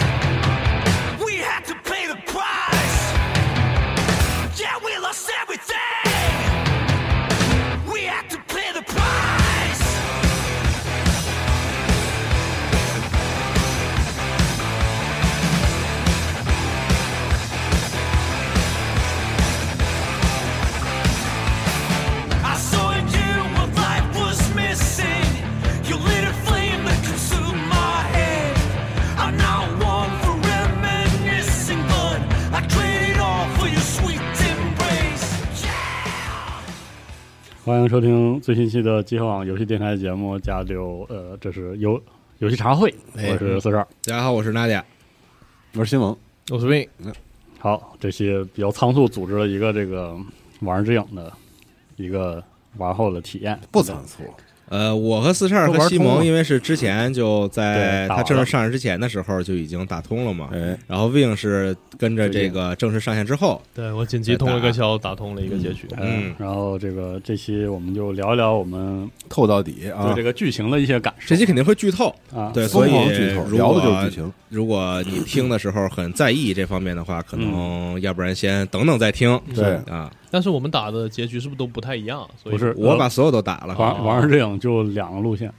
everything. We had to pay the price. Yeah, we lost everything. We had to pay the price. I saw in you what life was missing. You lit a flame that consumed my head. I'm not one for reminiscing, but I trade it all for your sweet embrace. Yeah. 欢迎收听最新期的机核网游戏电台节目《加六》，呃，这是游游戏茶话会，哎我是四十二。大家好，我是娜姐，我是新蒙，我是 Win。好，这期比较仓促组织了一个这个《玩之影》的一个玩后的体验，不仓促，呃，我和四十二都玩和西通了蒙，因为是之前就在对打完它正式上线之前的时候就已经打通了嘛。哎，然后 Win 是跟着这个正式上线之后，对我紧急通了一个消，打通了一个结局。嗯呃然后这个这期我们就聊一聊我们透到底对啊这！个剧情的一些感受这期肯定会剧透。啊，对，所疯以狂剧透，如聊的就是果剧情。如果你听的时候很在意这方面的话，可能要不然先等等再听。对啊，但是我们打的结局是不是都不太一样？所以不是呃我把所有都打了。玩玩之影就两个路线，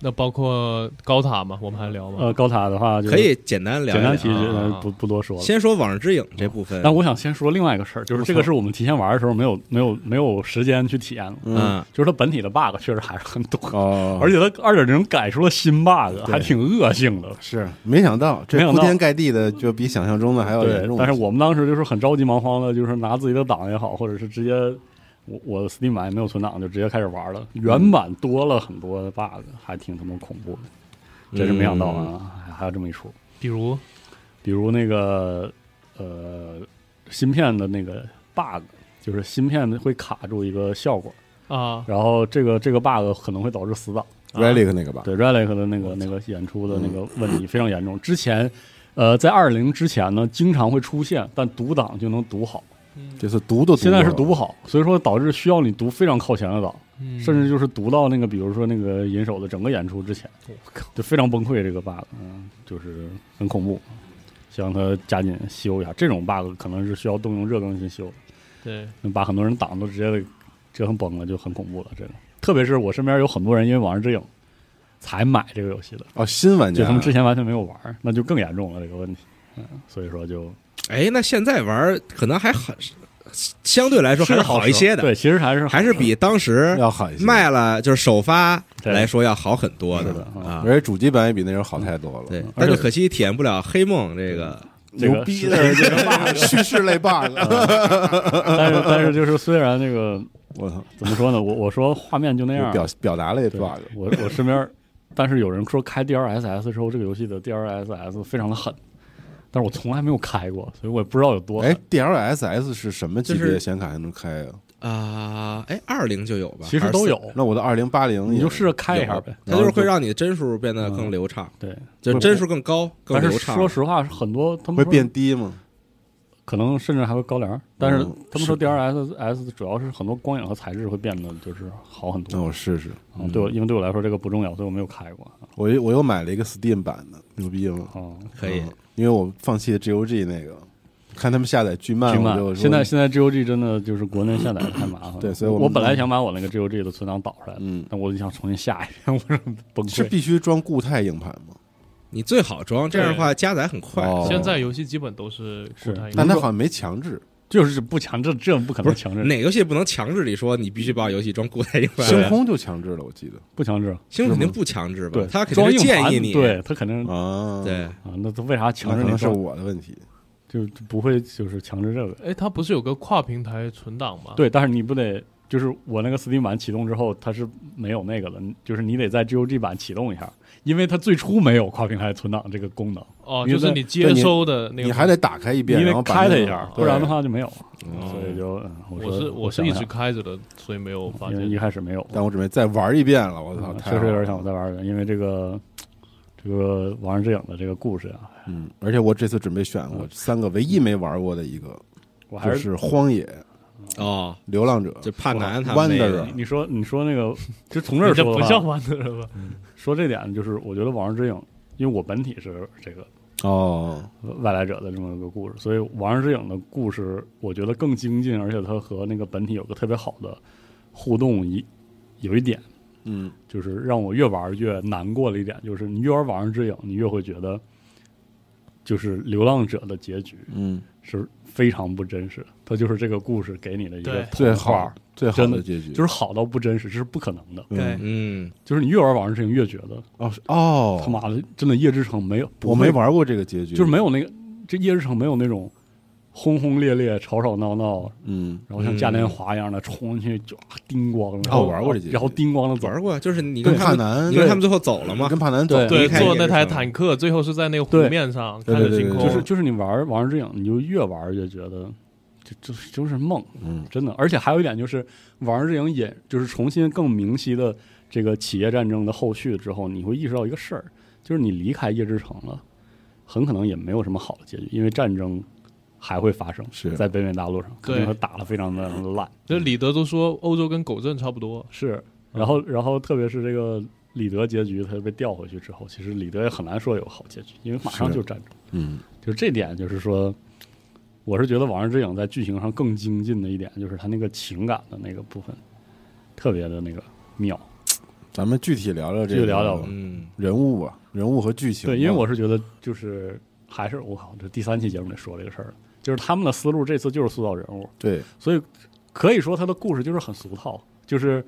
那包括高塔嘛，我们还聊吗？呃，高塔的话就是可以简单聊一简聊单啊。提一句，呃啊不不多说了。先说《往日之影》这部分。但我想先说另外一个事儿，就是这个是我们提前玩的时候没有没有没有时间去体验的，嗯，就是它本体的 bug 确实还是很多，哦，而且它二点零改出了新 bug，还挺恶性的。是没想到没这想铺到天盖地的，就比想象中的还要对严，重。但是我们当时就是很着急忙慌的，就是拿自己的档也好，或者是直接我我 Steam 版也没有存档，就直接开始玩了。原版多了很多的 bug，还挺他妈恐怖的，真是没想到啊，还还有这么一出。比如比如那个呃芯片的那个 bug，就是芯片会卡住一个效果，啊，然后这个这个 bug 可能会导致死档。 Relic 那个吧，啊对 Relic 的那个那个演出的那个问题非常严重。之前呃在二零之前呢，经常会出现，但读档就能读好。这次读都现在是读读不过了好，所以说导致需要你读非常靠前的档，嗯甚至就是读到那个比如说那个银手的整个演出之前，我靠，就非常崩溃。这个 bug，嗯，就是很恐怖。希望它加紧修一下，这种 bug 可能是需要动用热更新修，对，把很多人档都直接给折腾崩了，就很恐怖了。这个，特别是我身边有很多人因为《往日之影》才买这个游戏的，哦，新玩就家他们之前完全没有玩儿，那就更严重了这个问题。嗯，所以说就哎，那现在玩儿可能还很，相对来说还是好一些的，对，其实还是还是比当时要好一些，啊卖了就是首发对来说要好很多是的啊啊。而且主机版也比那时候好太多了。对，而但且是可惜体验不了黑梦这个，这个嗯牛逼是的这 个叙事类 bug，但是但是就是虽然这个 我操，怎么说呢，我我说画面就那样，表表达类对 bug，我我身边，但是有人说开 DLSS 之后，这个游戏的 DLSS 非常的狠，但是我从来没有开过，所以我也不知道有多哎狠。 ，DLSS 是什么级别就的是显卡还能开啊？啊，哎，二零就有吧，其实都有嗯24，，那我的二零八零，你就试着开一下呗。它就是会让你帧数变得更流畅，对，就帧数更高、更嗯但是流畅说。实话，很多他们会说变低吗？可能甚至还会高粱。但是嗯他们说 DLSS 主要是很多光影和材质会变得就是好很那多。我试试。嗯，对我，因为对我来说这个不重要，所以我没有开过。我又我又买了一个 Steam 版的，牛逼吗？啊，可以嗯，因为我放弃了 GOG 那个，看他们下载巨漫，巨我就漫，说现在现在 GOG 真的就是国内下载太麻烦了。对所以我我们本来想把我那个 GOG 的存档导出来，嗯但我就想重新下一遍，我说崩是溃。必须装固态硬盘吗？嗯你最好装，这样的话加载很快。哦现在游戏基本都是是固态硬但盘它好像没强制，就是不强制，这不可能强制，哪个游戏不能强制你说你必须把游戏装固态硬盘？星空就强制了，我记得不强制。星空肯定不强制吧对，？它肯定装是硬建盘议你。对他肯定啊，，对，啊，那他为啥那强可制你能是说我的问题。就就不会就是强制这个？哎，它不是有个跨平台存档吗？，对，但是你不得就是我那个 Steam 版启动之后，它是没有那个的，就是你得在 GOG 版启动一下，因为它最初没有跨平台存档这个功能，哦，因就为是你接收的那个，你还得打开一遍，你然得后把开那它个一下，对不然的话就没有。哦所以就嗯，我我说是我是想一想直开着的，所以没有发因为一现。开始没有，但我准备再玩一遍了，我操，嗯太确实有点好想了我再玩一遍，因为这个这个《王人之影》的这个故事啊，嗯，而且我这次准备选我三个唯一没玩过的一个，嗯我还就是是荒野嗯哦，流浪者，就怕难他啊弯们那的个人你说你说那个，就从这啊你儿这说不的像话玩的人吧？说这点，就是我觉得《王人之影》因为我本体是这个哦，外来者的这么一个故事，所以《王室之影》的故事我觉得更精进，而且它和那个本体有个特别好的互动一有一点，嗯，就是让我越玩越难过的一点，就是你越玩《王室之影》，你越会觉得就是流浪者的结局嗯，是非常不真实的，它就是这个故事给你的一个对最童话好最好真的的结局就是好到不真实，这是不可能的。对嗯嗯，就是你越玩《王室之影》，越觉得哦是哦，他妈的，真的夜之城没有，我没，玩过这个结局，就是没有那个这夜之城没有那种轰轰烈烈、吵吵闹闹，嗯然后像嘉年华一样的冲进去就啊叮咣了，哦我玩过这然后节然后叮咣的走，玩过，就是你跟跟帕他们，南你跟他们最后走了吗？跟帕南走对对，离开坐夜那之台城坦克，最后是在那个湖对面上对看对着对星对空，就是就是你玩《王者之影》，你就越玩越觉得这这就是梦，嗯真的。而且还有一点就是，《王者之影》也就是重新更明晰的这个企业战争的后续之后，你会意识到一个事儿，就是你离开夜之城了，很可能也没有什么好的结局，因为战争还会发生，是在北美大陆上，肯定对会打得非常 的烂。就李德都说欧洲跟狗镇差不多，是，然后然后特别是这个李德结局，他被调回去之后，其实李德也很难说有好结局，因为马上是就战争。嗯就这点，就是说，我是觉得《往日之影》在剧情上更精进的一点，就是它那个情感的那个部分，特别的那个妙。咱们具体聊聊这个具体聊聊吧嗯，人物吧，人物和剧情吧，对，因为我是觉得，就是还是我靠，这第三期节目里说这个事儿了，就是他们的思路这次就是塑造人物，对所以可以说他的故事就是很俗套，就是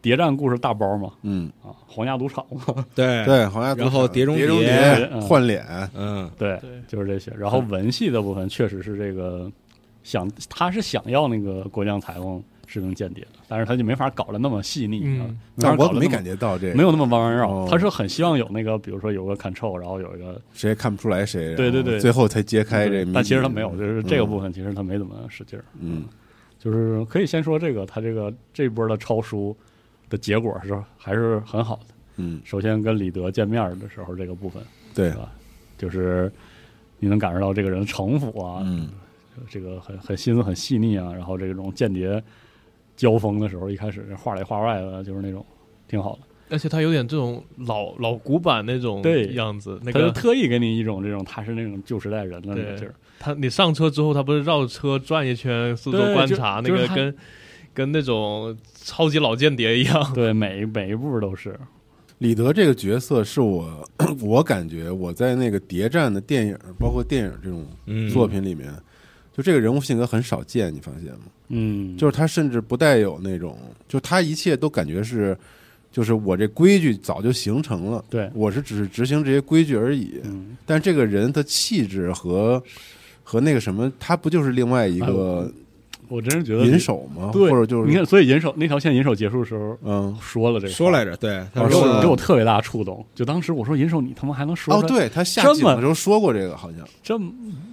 谍战故事大包嘛，嗯啊，皇家赌场嘛，对，对，好像哎然后碟中碟中谍嗯换脸，嗯，对，对就是这些。然后文戏的部分确实是这个想，他是想要那个国将裁缝士兵间谍的，但是他就没法搞得那么细腻，嗯啊没但法我搞得没那么感觉到这个，没有那么弯弯绕，哦他是很希望有那个，比如说有个 control，然后有一个，谁也看不出来谁，对对然后对嗯最后才揭开这，但其实他没有，就是这个部分分，其实他没怎么使劲儿，嗯就是可以先说这个，他这个这波的超书的结果是还是很好的。嗯，首先跟李德见面的时候，这个部分对是，吧？就是你能感受到这个人的城府啊，嗯这个很很心思很细腻啊，然后这种间谍交锋的时候，一开始这话里话外的，就是那种挺好的。而且它有点这种老老古板那种对样子，那他就个特意给你一种这种他是那种旧时代人的那种对劲儿，他你上车之后，他不是绕车转一圈四周对观就察，那就是个他跟跟那种超级老间谍一样。对，每一每一步都是，李德这个角色是我， 我感觉我在那个谍战的电影，包括电影这种嗯作品里面，就这个人物性格很少见，你发现吗？嗯，就是他甚至不带有那种，就他一切都感觉是，就是我这规矩早就形成了，对，我是只是执行这些规矩而已。嗯，但这个人的气质和和那个什么，他不就是另外一个哎我真是觉得银，手吗？对，或者就是你看，所以银手那条线银手结束的时候嗯。说了这个话，说来着，对，他哦给是我吗给我特别大触动，就当时我说银手你他妈还能说哦，出来对他下这井么的时候说过这个，好像这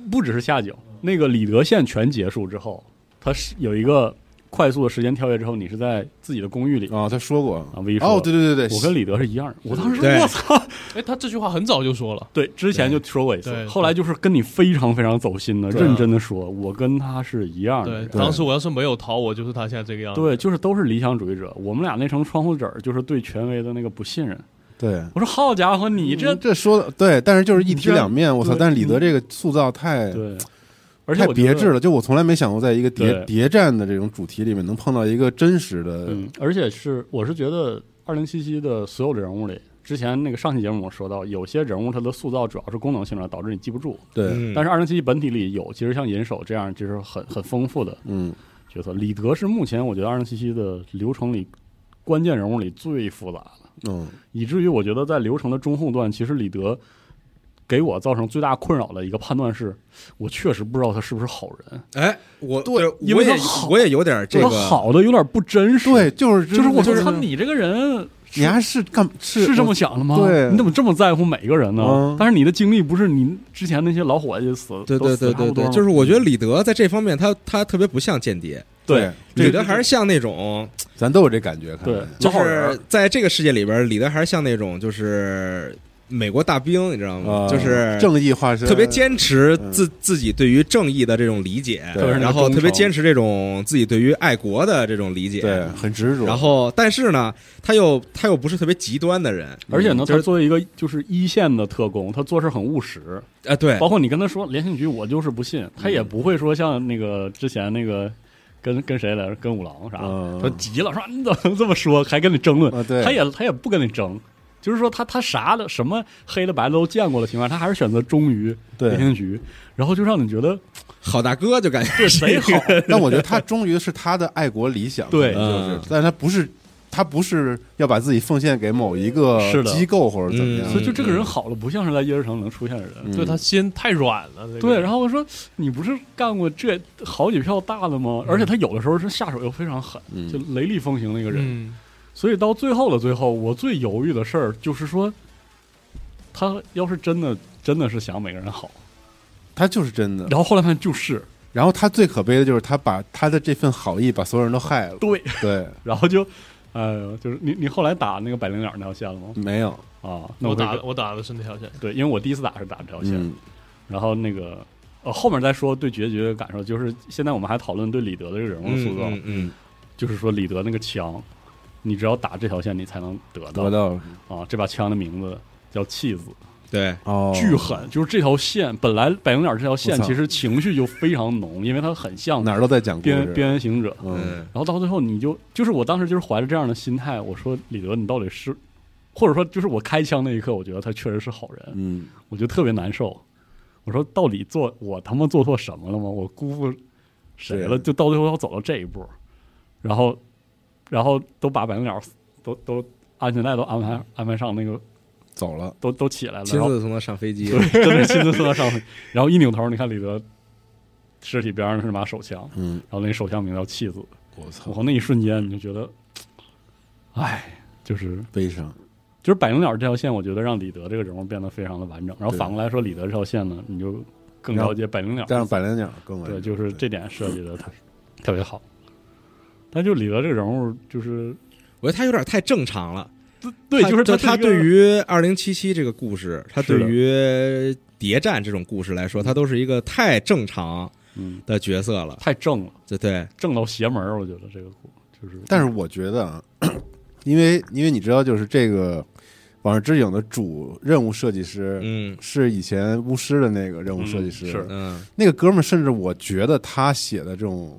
不只是下井，那个里德县全结束之后，它是有一个快速的时间跳跃之后，你是在自己的公寓里。啊，他说过啊微说哦，对对对对，我跟李德是一样的，我当时对我操， 哎，他这句话很早就说了，对，之前就说过一次，对后来就是跟你非常非常走心的、对啊认真的说，我跟他是一样的对，人，当时我要是没有逃，我就是他现在这个样子。啊对，就是都是理想主义者，我们俩那层窗户纸儿就是对权威的那个不信任。对，我说好家伙，你这、嗯这说的对，但是就是一体这两面，我操！对但是李德这个塑造太对，而且太我觉别得致了，就我从来没想过在一个谍对谍战的这种主题里面能碰到一个真实的，嗯，而且是我是觉得二零七七的所有的人物里，之前那个上期节目我说到，有些人物他的塑造主要是功能性的，导致你记不住。对，嗯但是二零七七本体里有，其实像银手这样就是很很丰富的嗯，角色。李德是目前我觉得二零七七的流程里关键人物里最复杂的，嗯，以至于我觉得在流程的中后段，其实李德。给我造成最大困扰的一个判断是，我确实不知道他是不是好人，哎，我对因我为也他好我也有点这他个，好的有点不真实。对，，就是就是我就说是他你这个人你还是干是是这么想的吗？对你怎么这么在乎每个人呢？嗯但是你的经历不是你之前那些老伙计死，对对对对对，就是是我觉得李德在这方面他他特别不像间谍，对李德还是像那种咱都有这感觉，看来对就老好人是在这个世界里边，李德还是像那种就是美国大兵，你知道吗？啊就是正义化身，特别坚持自嗯自己对于正义的这种理解，对特别是那然后忠特别诚坚持这种自己对于爱国的这种理解，对，很执着。然后，但是呢，他又他又不是特别极端的人，而且呢，就他是作为一个就是一线的特工，他做事很务实。啊，对，包括你跟他说联信局，我就是不信，他也不会说像那个之前那个跟跟谁来着，跟五郎啥，嗯他急了说你怎么能这么说，还跟你争论啊，对他也他也不跟你争。就是说他，他啥的什么黑的白的都见过的情况下，他还是选择忠于对联信局，然后就让你觉得好大哥就感觉对谁 好，但我觉得他忠于是他的爱国理想，对就是嗯，但是他不是他不是要把自己奉献给某一个是的机构或者怎么嗯样所以，就这个人好了，不像是在夜之城能出现的人。嗯对他心太软了。这个对，然后我说你不是干过这好几票大的吗？而且他有的时候是下手又非常狠，嗯就雷厉风行的一个人。嗯，所以到最后的最后，我最犹豫的事儿就是说，他要是真的真的是想每个人好，他就是真的。然后后来发现就是然后他最可悲的就是他把他的这份好意把所有人都害了，对，对，然后就，呃，就是你你后来打那个百灵鸟那条线了吗？没有，啊，那会我打跟我打的是那条线，对，因为我第一次打是打这条线，嗯，然后那个呃后面再说对决决的感受，就是现在我们还讨论对李德的这个人物塑造，嗯嗯就是说李德那个枪，你只要打这条线你才能得到得到啊。这把枪的名字叫弃子，嗯，对，哦，巨狠，就是这条线本来百灵鸟这条我线操其实情绪就非常浓，因为它很像哪儿都在讲故边事，边缘行者。嗯，嗯然后到最后你就就是我当时就是怀着这样的心态，我说李德你到底是，或者说就是我开枪那一刻，我觉得他确实是好人，嗯我就特别难受。我说到底做我他妈做错什么了吗？我辜负谁了？对就到最后要走到这一步，然后然后都把百灵鸟都都安全带都安排安排上那个走了，都都起来了，亲然后 自从他上飞机，对，真的亲自送他上去。然后一扭头，你看李德尸体边上是把手枪，嗯，然后那手枪名叫弃子。我操，我那一瞬间你就觉得，哎，就是悲伤，就是百灵鸟这条线，我觉得让李德这个人物变得非常的完整。然后反过来说，李德这条线呢，你就更了解百灵鸟。但是百灵鸟更完对，整就是这点设计的特特别好。但就李德这个人物，就是我觉得他有点太正常了。对，他就是就他他对于二零七七这个故事，他是对的于谍战这种故事来说，他都是一个太正常嗯的角色了。太正了，对对，正到邪门儿。我觉得这个就是，但是我觉得啊，因为因为你知道，就是这个《往日之影》的主任务设计师，嗯是以前巫师的那个任务设计师，嗯是嗯那个哥们儿，甚至我觉得他写的这种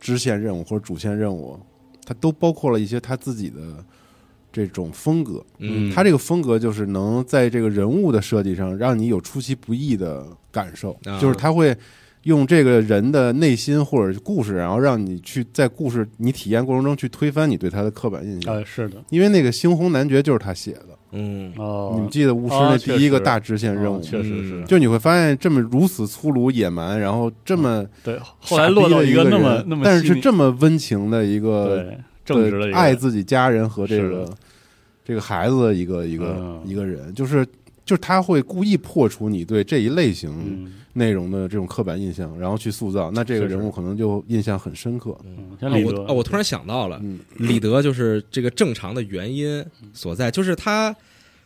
支线任务或者主线任务，他都包括了一些他自己的这种风格。嗯他这个风格就是能在这个人物的设计上，让你有出其不意的感受，啊就是他会。用这个人的内心或者是故事，然后让你去在故事你体验过程中去推翻你对他的刻板印象，呃，是的，因为那个猩红男爵就是他写的。嗯，哦，你们记得巫师啊那确第一个实大支线任务哦吗，确实是嗯，就你会发现这么如此粗鲁野蛮，然后这么对，后来落到一个人那么那么但是细是腻这么温情的一个对正直的一对个爱人自己家人和这是个这个孩子的一个一个嗯一个人，就是就是他会故意破除你对这一类型嗯内容的这种刻板印象，然后去塑造，那这个是是人物可能就印象很深刻。嗯，啊像李我德啊我突然想到了，嗯，李德就是这个正常的原因所在，就是他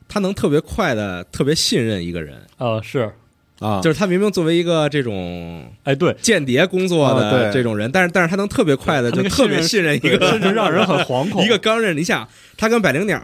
他能特别快的特别信任一个人，啊是，啊，就是他明明作为一个这种哎对，间谍工作啊对的这种人，但是但是他能特别快的他就那个特别信任一对甚个至让人很惶恐。 一个刚认，你想他跟百灵鸟。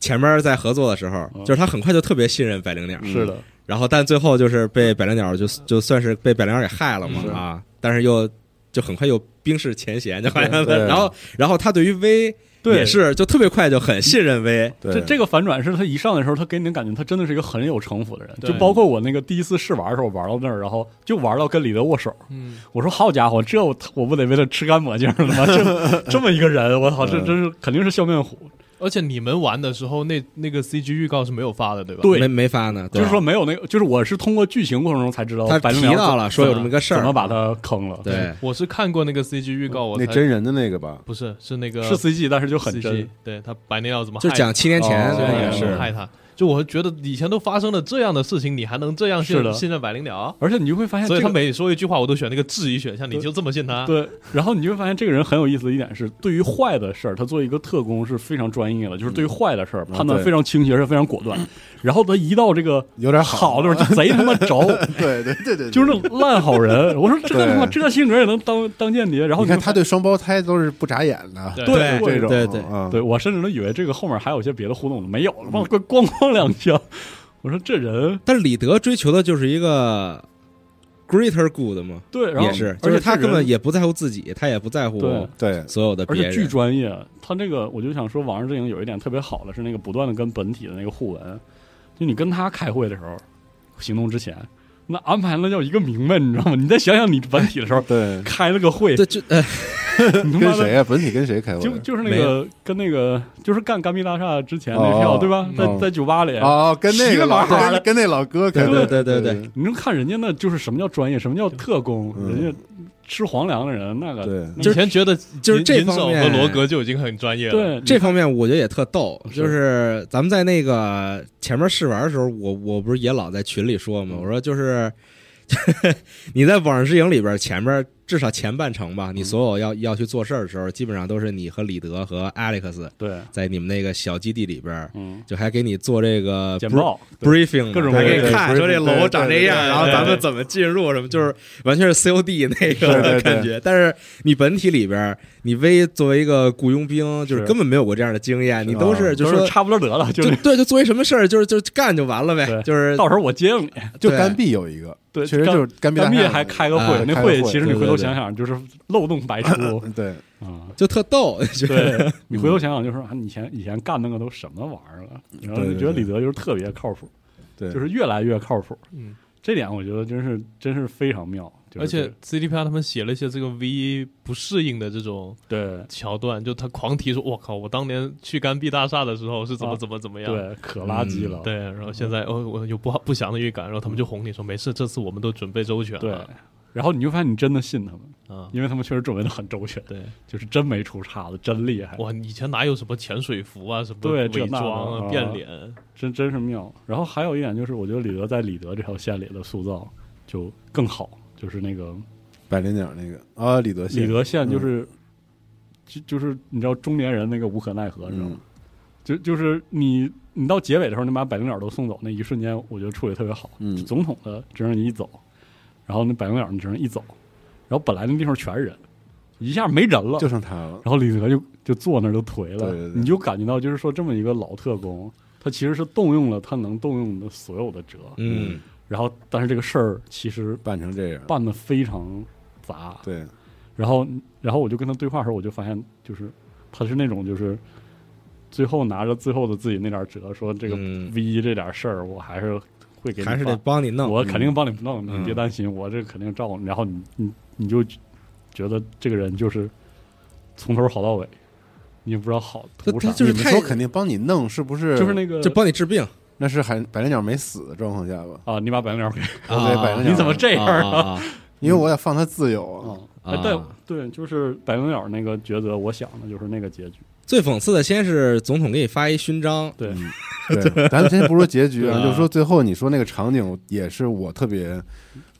前面在合作的时啊候，嗯就是他很快就特别信任百灵鸟，嗯是的，然后但最后就是被百灵鸟就就算是被百灵鸟给害了嘛是啊，但是又就很快又冰释前嫌，就好像对然后然后他对于威对也是就特别快就很信任威，对这这个反转是他一上来的时候，他给你的感觉他真的是一个很有城府的人。对就包括我那个第一次试玩的时候，我玩到那儿，然后就玩到跟李德握手，嗯，我说好家伙，这我我不得为他吃干抹净了吗？ 这这么一个人，我操，嗯这真是肯定是笑面虎。而且你们玩的时候，那那个 CG 预告是没有发的，对吧？对没没发呢，对啊就是说没有那个，就是我是通过剧情过程中才知道他白灵提鸟到了说有这么个事怎么儿怎么，把他坑了。对我是看过那个 CG 预告，我那才真人的那 个吧，不是是那个是 CG，但是就很 CG 真。对他白内障怎么就害讲七年前哦对他，对也怎么是害他，就我觉得以前都发生了这样的事情，你还能这样信是的信任百灵鸟？而且你就会发现、这所个，以他每说一句话，我都选那个质疑选项，你就这么信他？对，然后你就会发现这个人很有意思的一点是，对于坏的事儿，他作为一个特工是非常专业的，就是对于坏的事儿判断对非常清晰，而且非常果断。然后他一到这个有点好的时候，就贼他妈轴，对对对对，就是那种烂好人。我说这他妈对这性格也能当当间谍？然后你看就他对双胞胎都是不眨眼的，对对这种对对啊，对我甚至都以为这个后面还有一些别的互动，没有了，咣咣咣两枪。我说这人但是李德追求的就是一个 greater good 嘛，对，然后也是，就而是且他这人根本也不在乎自己，他也不在乎对对所有的而别且巨人。专业。他那个，我就想说，《往日阵营》有一点特别好的是那个不断的跟本体的那个互文，就你跟他开会的时候，行动之前，那安排那叫一个明白，你知道吗？你再想想你本体的时 候对，开了个会，对，就呃，你他跟妈的。谁呀？本体跟谁开会？啊就就是那没个跟那个就是干干壁大厦之前那哦票、对吧？在、嗯在酒吧里，哦，跟那骑个个马老哈的跟跟那老哥开会，对对对对对你能看人家那就是什么叫专业，什么叫特工，嗯人家吃皇粮的人那个对以前觉得就是银这银方手和面罗格就已经很专业了。对这方面我觉得也特逗，是就是咱们在那个前面试玩的时候，我我不是也老在群里说嗯嘛，我说就是 你在《往日之影》里边前面至少前半程嗯吧，你所有要要去做事儿的时候，基本上都是你和李德和 Alex 对，在你们那个小基地里边，嗯，就还给你做这个简 brief- 报 briefing，各种还给对你对看 briefing，说这楼长这样，对对对然后咱对们对怎么进入什么，就是完全是 COD 那对对个对感觉。但是你本体里边，你 V 作为一个雇佣兵，就是是根本没有过这样的经验，你都是就都说是差不多得了，就就是对，就做一什么事儿，就是就干就完了呗，对就是到时候我接应你。就对干壁有一个，对，其实干就是干壁干大壁厦还开个啊会，那开会个会其实你对回对头对嗯想想就是漏洞百出对啊。就特逗，就对 你回头想想，就说啊，你以前以前干那个都什么玩意儿了，然后就对对觉得对李德就是特别靠谱，对，就是越来越靠谱。嗯，这点我觉得真是真是非常妙，就是而且这 CDPR 他们写了一些这个 V 不适应的这种对桥段，就他狂提说：“我靠，我当年去干壁大厦的时候是怎么啊怎么怎么样。对可垃圾了，对，然后现在哦，我有不好不祥的预感，然后他们就哄你说没事，这次我们都准备周全对了。然后你就发现你真的信他们，对啊，因为他们确实准备的很周全，对，就是真没出岔子，真厉害，哇，以前哪有什么潜水服啊，什么对这伪那的装啊，啊变脸，真真是妙。然后还有一点就是，我觉得李德在李德这条线里的塑造就更好，就是那个百灵鸟那个啊，李德信李德宪就是，嗯就就是你知道中年人那个无可奈何，你知道吗？嗯就就是你你到结尾的时候，你把百灵鸟都送走那一瞬间，我觉得处理得特别好。嗯就总统的直升机一走，然后那百灵鸟那直升机一走，然后本来那地方全是人，一下没人了，就剩他了，然后李德就就坐那儿就颓了，对对对你就感觉到就是说这么一个老特工，他其实是动用了他能动用的所有的辙，嗯，然后但是这个事儿其实扮成这样，办的非常杂，对，然后，然后我就跟他对话的时候，我就发现，就是他是那种就是最后拿着最后的自己那点辙，说这个嗯 V 一这点事儿，我还是会给你还是得办，帮你弄。我肯定帮你弄，嗯你别担心，我这肯定照顾你。然后你你你就觉得这个人就是从头好到尾，你也不知道好他图啥，他就是你们太说肯定帮你弄，是不是？就是那个就帮你治病那是还百灵鸟没死的状况下吧？啊，你把百灵鸟给我给百灵鸟，你怎么这样啊？啊因为我得放他自由啊，哎啊对对，就是百灵鸟那个抉择，我想的就是那个结局，最讽刺的，先是总统给你发一勋章，对嗯 对，咱们先不说结局啊，对啊就说最后你说那个场景也是我特别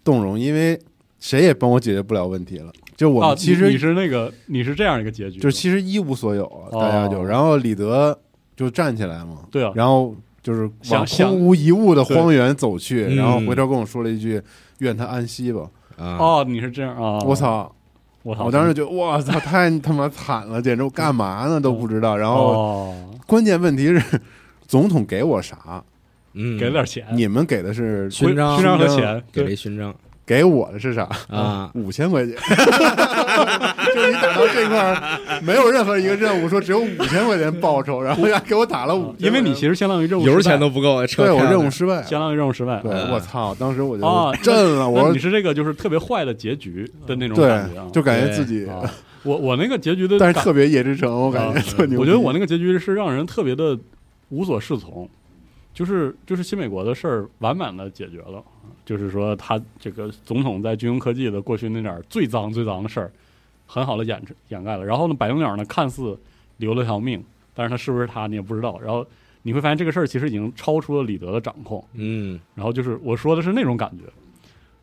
动容，因为谁也帮我解决不了问题了。就我啊，们其你你实是那个你是这样一个结局，就是其实一无所有啊，哦大家就然后李德就站起来嘛，对啊，然后就是往想想空无一物的荒原走去，对然后嗯回头跟我说了一句“愿他安息吧啊，哦，你是这样啊！”，我操！我操！我当时就 我操，太他妈惨了，简直我干嘛呢都不知道。然后嗯哦，关键问题是，总统给我啥？嗯，给了点钱，你们给的是勋章勋章和勋章钱，给对了哦一勋章给我的是啥？啊，五千块钱， 就你打到这块儿，没有任何一个任务说只有五千块钱报酬，然后人家给我打了五，哦嗯因为你其实相当于任务油失败钱都不够，车对我票呢任务失败，相当于任务失败。对嗯我操，当时我啊就震了，那我你是这个就是特别坏的结局的那种感觉啊对，，就感觉自己，啊，我我那个结局的 但感，是特别野之城，我感觉啊特牛逼。我觉得我那个结局是让人特别的无所适从，就是就是新美国的事儿完满的解决了，就是说他这个总统在军工科技的过去那点儿最脏最脏的事儿，很好的掩掩盖了。然后呢，百灵鸟呢看似留了条命，但是他是不是他你也不知道。然后你会发现这个事儿其实已经超出了李德的掌控。嗯然后就是我说的是那种感觉，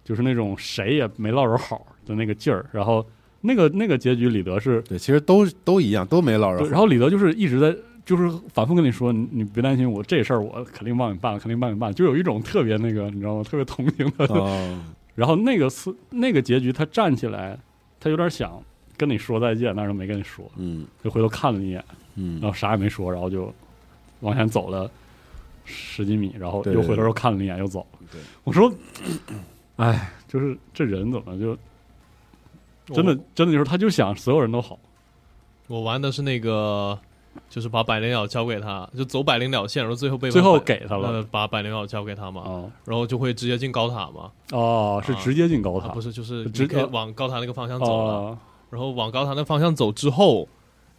就是那种谁也没落着好的那个劲儿。然后那个那个结局，李德是，对，其实都都一样，都没落着对，然后李德就是一直在。就是反复跟你说，你你别担心我，这事儿我肯定帮你办，肯定帮你办，就有一种特别那个，你知道吗？特别同情的。啊。然后那个是那个结局，他站起来，他有点想跟你说再见，但是没跟你说，嗯就回头看了你一眼，嗯然，后啥也没说，然后就往前走了十几米，然后对又对回头对又看了你一眼，又走了对。我说， 哎，就是这人怎么就真的真的就是他就想所有人都好，我，我玩的是那个，就是把百灵鸟交给他，就走百灵鸟线，然后最后被最后给他呃了把百灵鸟交给他嘛，啊然后就会直接进高塔嘛，哦，是呃啊直接进高啊塔不是就是直你可以呃往高塔那个方向走了，哦，然后往高塔那方向走之后，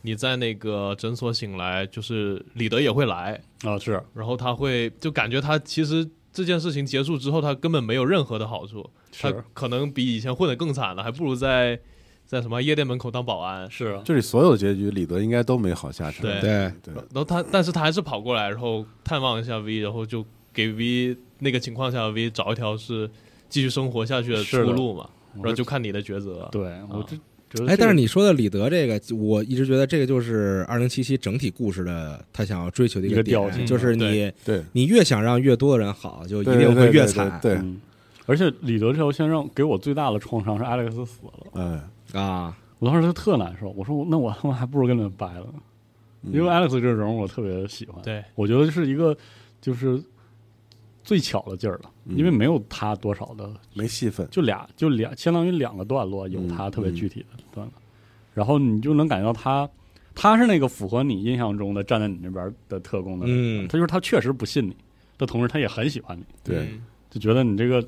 你在那个诊所醒来，就是李德也会来，啊是然后他会就感觉他其实这件事情结束之后，他根本没有任何的好处，他是可能比以前混得更惨了，还不如在在什么夜店门口当保安。是啊，这里所有结局，李德应该都没好下场。对对，对，然后他，但是他还是跑过来，然后探望一下 V，然后就给 V 那个情况下 V 找一条是继续生活下去的出是的路嘛，然我后是就看你的抉择。对我啊这觉得这哎，但个是你说的李德这个，我一直觉得这个就是二零七七整体故事的他想要追求的一一个调点，性就是嗯你对你越想让越多的人好，就一对定会对越对惨对，对嗯，而且李德这条线让给我最大的创伤是艾利克斯死了，哎，啊！我当时就特难受，我说我那我他妈还不如跟他掰了，嗯因为艾利克斯这个人物我特别喜欢，对，我觉得是一个就是最巧的劲儿了，嗯因为没有他多少的，没戏份，就俩就俩，相当于两个段落有他嗯特别具体的段落，然后你就能感觉到他，他是那个符合你印象中的站在你那边的特工的，嗯他就是他确实不信你，但同时他也很喜欢你，对嗯，就觉得你这个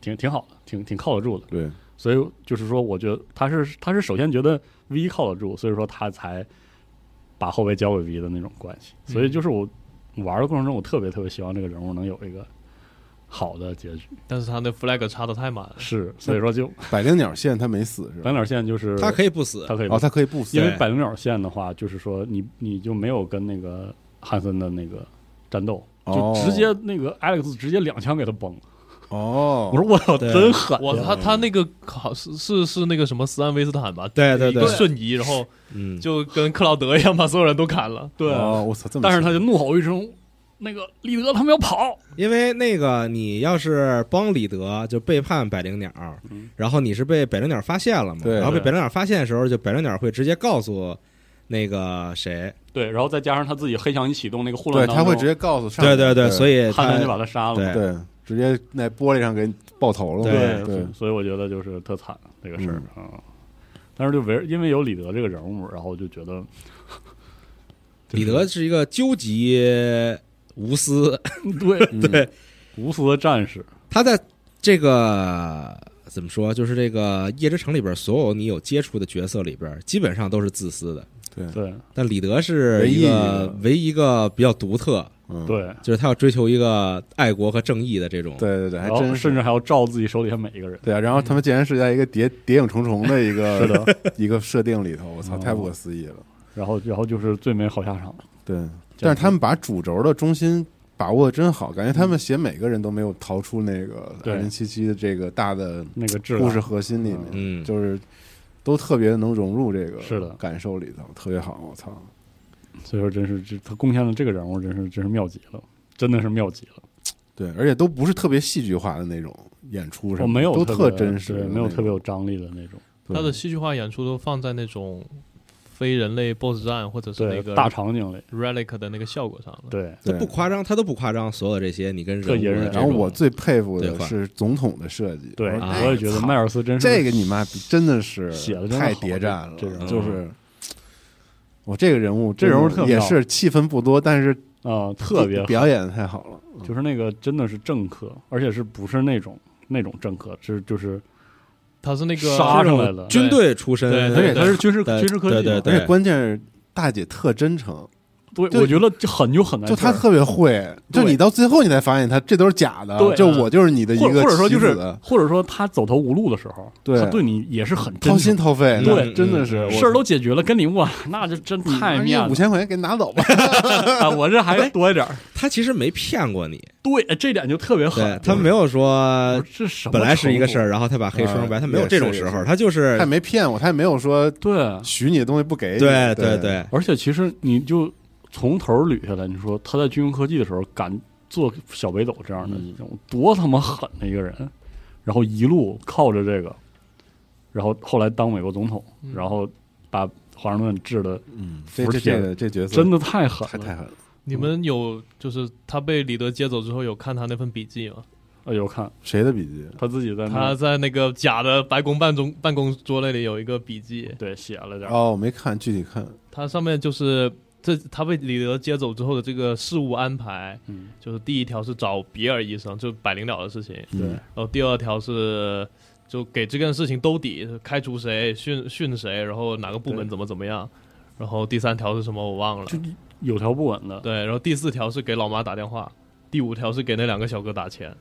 挺挺好的，挺挺靠得住的，对，所以就是说，我觉得他是他是首先觉得 V 靠得住，所以说他才把后卫交给 V 的那种关系。嗯所以就是我玩的过程中，我特别特别希望这个人物能有一个好的结局。但是他那 flag 插的太满了，是，所以说就百灵鸟线他没死是吧？百灵鸟线就是他可以不死，他可以，哦，他可以不死，因为对百灵鸟线的话，就是说你你就没有跟那个汉森的那个战斗，就哦直接那个 Alex 直接两枪给他崩。哦，我说我操，对真狠呀！哇，他他那个好是是是那个什么斯安威斯坦吧？对对对一个瞬移，然后嗯，就跟克劳德一样把所有人都砍了。对，啊哦，我操，这么但是他巧就怒吼一声，那个利德他们要跑。因为那个你要是帮李德就背叛百灵鸟，然后你是被百灵鸟发现了嘛？对然后被嗯对百灵鸟发现的时候，就百灵鸟会直接告诉那个谁，对，然后再加上他自己黑想一启动那个混对乱当他中，会直接告诉上对面，对对，所以以汉他南就把他杀了嘛。对对直接在玻璃上给你爆头了嘛，对对所以我觉得就是特惨这个事儿啊、嗯但是就围因为有李德这个人物，然后就觉得李德是一个究极无私，对、对，无私的战士，他在这个怎么说，就是这个夜之城里边所有你有接触的角色里边，基本上都是自私的。对对但李德是一个唯一一个比较独特，嗯对，就是他要追求一个爱国和正义的这种。对对对，还然后真甚是。至还要照自己手底下每一个人。对啊，然嗯后他们竟然是在一个谍谍影重重的一个 一个设定里头，我操，哦太不可思议了。然后，然后就是最没好下场。对，但是他们把主轴的中心把握的真好，感觉他们写每个人都没有逃出那个对二零七七的这个大的那个质故量事核心里面，嗯，就是都特别能融入这个是的感受里头，特别好。我操，所以说真是这他贡献了这个人物，真是真是妙极了，真的是妙极了。对，而且都不是特别戏剧化的那种演出什么的，我哦没有都特特别真实对的那没种，有特别有张力的那种。对他的戏剧化演出都放在那种非人类 BOSS 战或者是那对，个大场景里， relic 的那个效果上了。对，他对不夸张，他都不夸张。所有这些你跟特隐忍人物的这然后种，我最佩服对的话是总统的设计，对，我说啊我也觉得哎操迈尔斯 真是这个你妈逼真的是写得真的太好谍战了，这人物嗯就是我这个人物，这人物真特的妙也是气氛不多，但是啊、特别表演的太好了，就是那个真的是政客，而且是不是那种那种政客，是就是他是那个杀上来嗯的，军队出身，对而且对他是军事对军事科技嘛，对对而且关键是大姐特真诚，对，就我觉得这狠就狠在就这他儿特别会，就对你到最后你才发现他这都是假的对，就我就是你的一或个者或者说就棋是子，或者说他走投无路的时候，对他对你也是很真掏心诚，掏肺，对嗯那真的是我事儿都解决了，跟你哇，那就真太面五子千块钱给你拿走吧，了，啊我这还多一点儿。他其实没骗过你，对，哎这点就特别对狠。他没有说我这什么本来是一个事程儿，然后他把黑说成白，啊他没有这种时是是候，是他就是他也没骗我，他也没有说度对，许你的东西不给你，对对对，对，而且其实你就从头捋下来，你说他在军用科技的时候敢做小北斗这样的嗯一种、多他妈狠的一个人，然后一路靠着这个，然后后来当美国总统，然后把华盛顿治的嗯，这服这帖这个这角色真的太狠太了，太狠了，你们有就是他被李德接走之后有看他那份笔记吗？哎呦看谁的笔记？他自己在那他在那个假的白宫办公办公桌那里有一个笔记，对写了点儿，哦，我没看具体看，它上面就是这他被李德接走之后的这个事务安排，嗯，就是第一条是找比尔医生，就百灵鸟的事情，对嗯，然后第二条是就给这件事情兜底，开除谁、训训谁，然后哪个部门对怎么怎么样，然后第三条是什么我忘了，就有条不紊的，对，然后第四条是给老妈打电话，第五条是给那两个小哥打钱，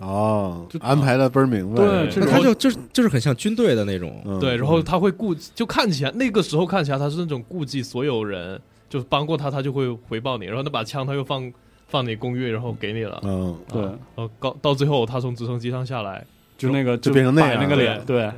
哦就，安排的倍儿明白，对这那种他就就是就是很像军队的那种，嗯对，然后他会顾就看起来那个时候看起来他是那种顾忌所有人，就是帮过他他就会回报你，然后那把枪他又放放你公寓，然后给你了。嗯，对，啊然后到到最后他从直升机上下来，就那个就变成那摆样那个了哎脸，对啊，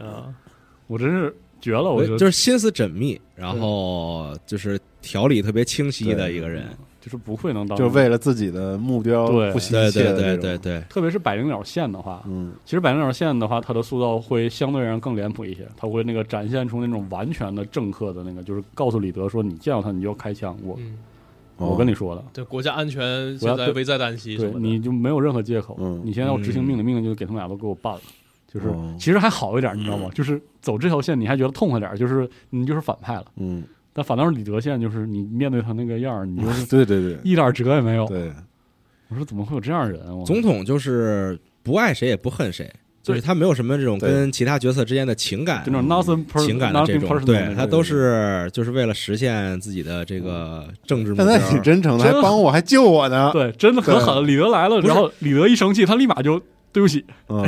我真是绝了，我觉得哎就是心思缜密，然后就是条理特别清晰的一个人，就是不会能当，就是为了自己的目标嗯对不惜对一切对的对这对种，对，特别是百灵鸟线的话，嗯，其实百灵鸟线的话，它的塑造会相对而言更脸谱一些，它会那个展现出那种完全的政客的那个，就是告诉李德说，你见到他你就要开枪，我、嗯，我跟你哦你说的，对国家安全我要现在危在旦夕什对，么的，你就没有任何借口，嗯你现在要执行命令，命令就给他们俩都给我办了。就是哦，其实还好一点，你知道嗯吗？就是走这条线，你还觉得痛快点，就是你就是反派了。嗯，但反倒是李德线，就是你面对他那个样儿，你就是对对 对一点辙也没有。对，我说怎么会有这样的人？啊我总统就是不爱谁也不恨谁，就是他没有什么这种对跟其他角色之间的情感就那种 nothing person 情感的这 nothing 种， personal 对那他种都是就是为了实现自己的这个政治目现标在。挺真诚的，还真帮我，还救我呢，对，真的很狠。李德来了，不是然后李德一生气，他立马就对不起， 嗯，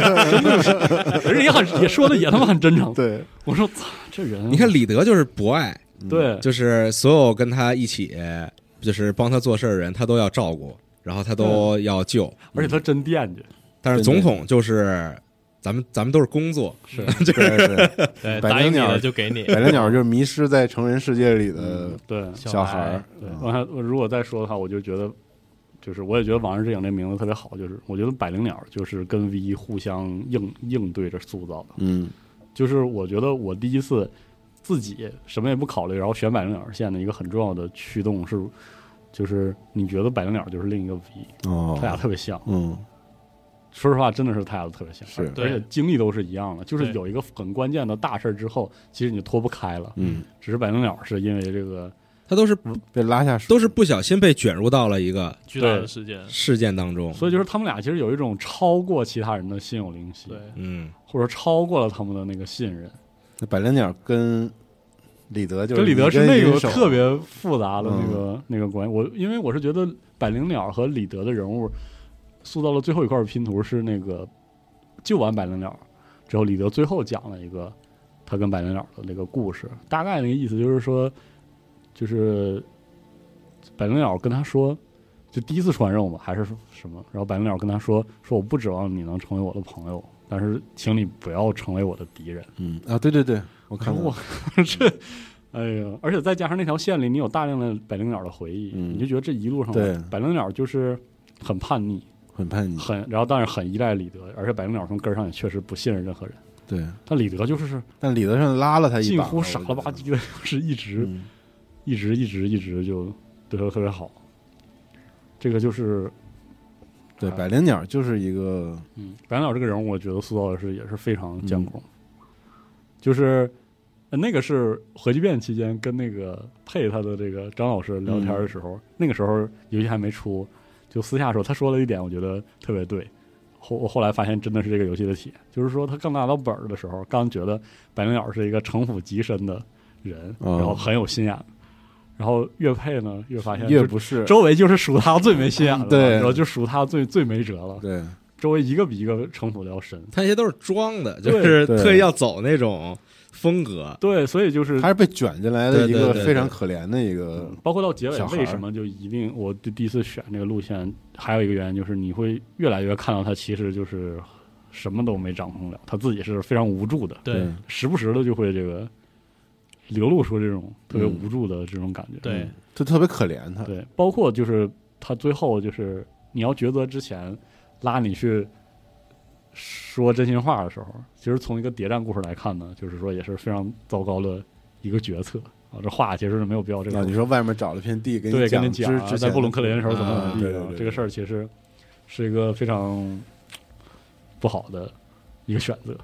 人家也很也说的也他妈很真诚。对，我说操，这人啊你看李德就是博爱，对，就是所有跟他一起就是帮他做事儿的人，他都要照顾，然后他都要救。而且他真惦记，但是总真的统就是咱们咱们都是工作，是对对，对，百答灵应你鸟了就给你。百灵鸟就是迷失在成人世界里的对小孩儿，对。往下如果再说的话，我就觉得，就是我也觉得《往日之影》这名字特别好，就是我觉得百灵鸟就是跟 V 互相应应对着塑造的，嗯就是我觉得我第一次自己什么也不考虑，然后选百灵鸟线的一个很重要的驱动是，就是你觉得百灵鸟就是另一个 V，哦他俩特别像。嗯说实话，真的是他俩都特别像，是而对且经历都是一样的，就是对有一个很关键的大事儿之后，其实你就脱不开了。嗯，只是百灵鸟是因为这个，他都是被拉下水都是不小心被卷入到了一个巨大的对事件，事件当中。所以就是他们俩其实有一种超过其他人的心有灵犀对，，嗯，或者超过了他们的那个信任。那百灵鸟跟李德就是跟李德你是那银个手嗯特别复杂的那个、那个关系。我因为我是觉得百灵鸟和李德的人物塑造了最后一块拼图是那个救完百灵鸟之后，李德最后讲了一个他跟百灵鸟的那个故事，大概那个意思就是说，就是百灵鸟跟他说。就第一次出完任务吧，还是什么？然后百灵鸟跟他说：“说我不指望你能成为我的朋友，但是请你不要成为我的敌人。”嗯啊，对对对，我看我过， 这，哎呀，而且再加上那条线里，你有大量的百灵鸟的回忆，嗯你就觉得这一路上对嗯百灵鸟就是很叛逆，很叛逆，很然后但是很依赖李德，而且百灵鸟从根儿上也确实不信任任何人，对，但李德就是但李德上拉了他一近把，乎傻了吧我觉唧的，就是 一得，直、嗯一直一直一直就对他特别好。这个就是，对，百灵鸟就是一个嗯，百灵鸟这个人物，我觉得塑造的是也是非嗯常艰苦，就是。呃那个是核聚变期间跟那个配他的这个张老师聊天嗯的时候，那个时候游戏还没出，就私下说他说了一点，我觉得特别对。后我后来发现真的是这个游戏的体验，就是说他刚拿到本儿的时候，刚觉得百灵鸟是一个城府极深的人，哦然后很有心眼，然后越配呢，越发现越哎就不是，周围就是数他最没心眼的，对然后就数他最最没辙了，对，周围一个比一个城府的要深。他那些都是装的，对就是对特意要走那种风格。对，所以就是他是被卷进来的对一对个对对非常可怜的一个，包括到结尾小孩儿为什么就一定我第第一次选这个路线，还有一个原因就是你会越来越看到他其实就是什么都没掌控了，他自己是非常无助的，对时不时的就会这个流露出这种特嗯别无助的这种感觉。对就特别可怜他，对，包括就是他最后就是你要抉择之前拉你去说真心话的时候，其实从一个谍战故事来看呢，就是说也是非常糟糕的一个决策啊。这话其实是没有必要这啊，个你说外面找了片地给对，跟讲你之讲啊，之在前布鲁克林的时候怎么怎么地啊对的对对，对这个事儿其实是一个非常不好的一个选择。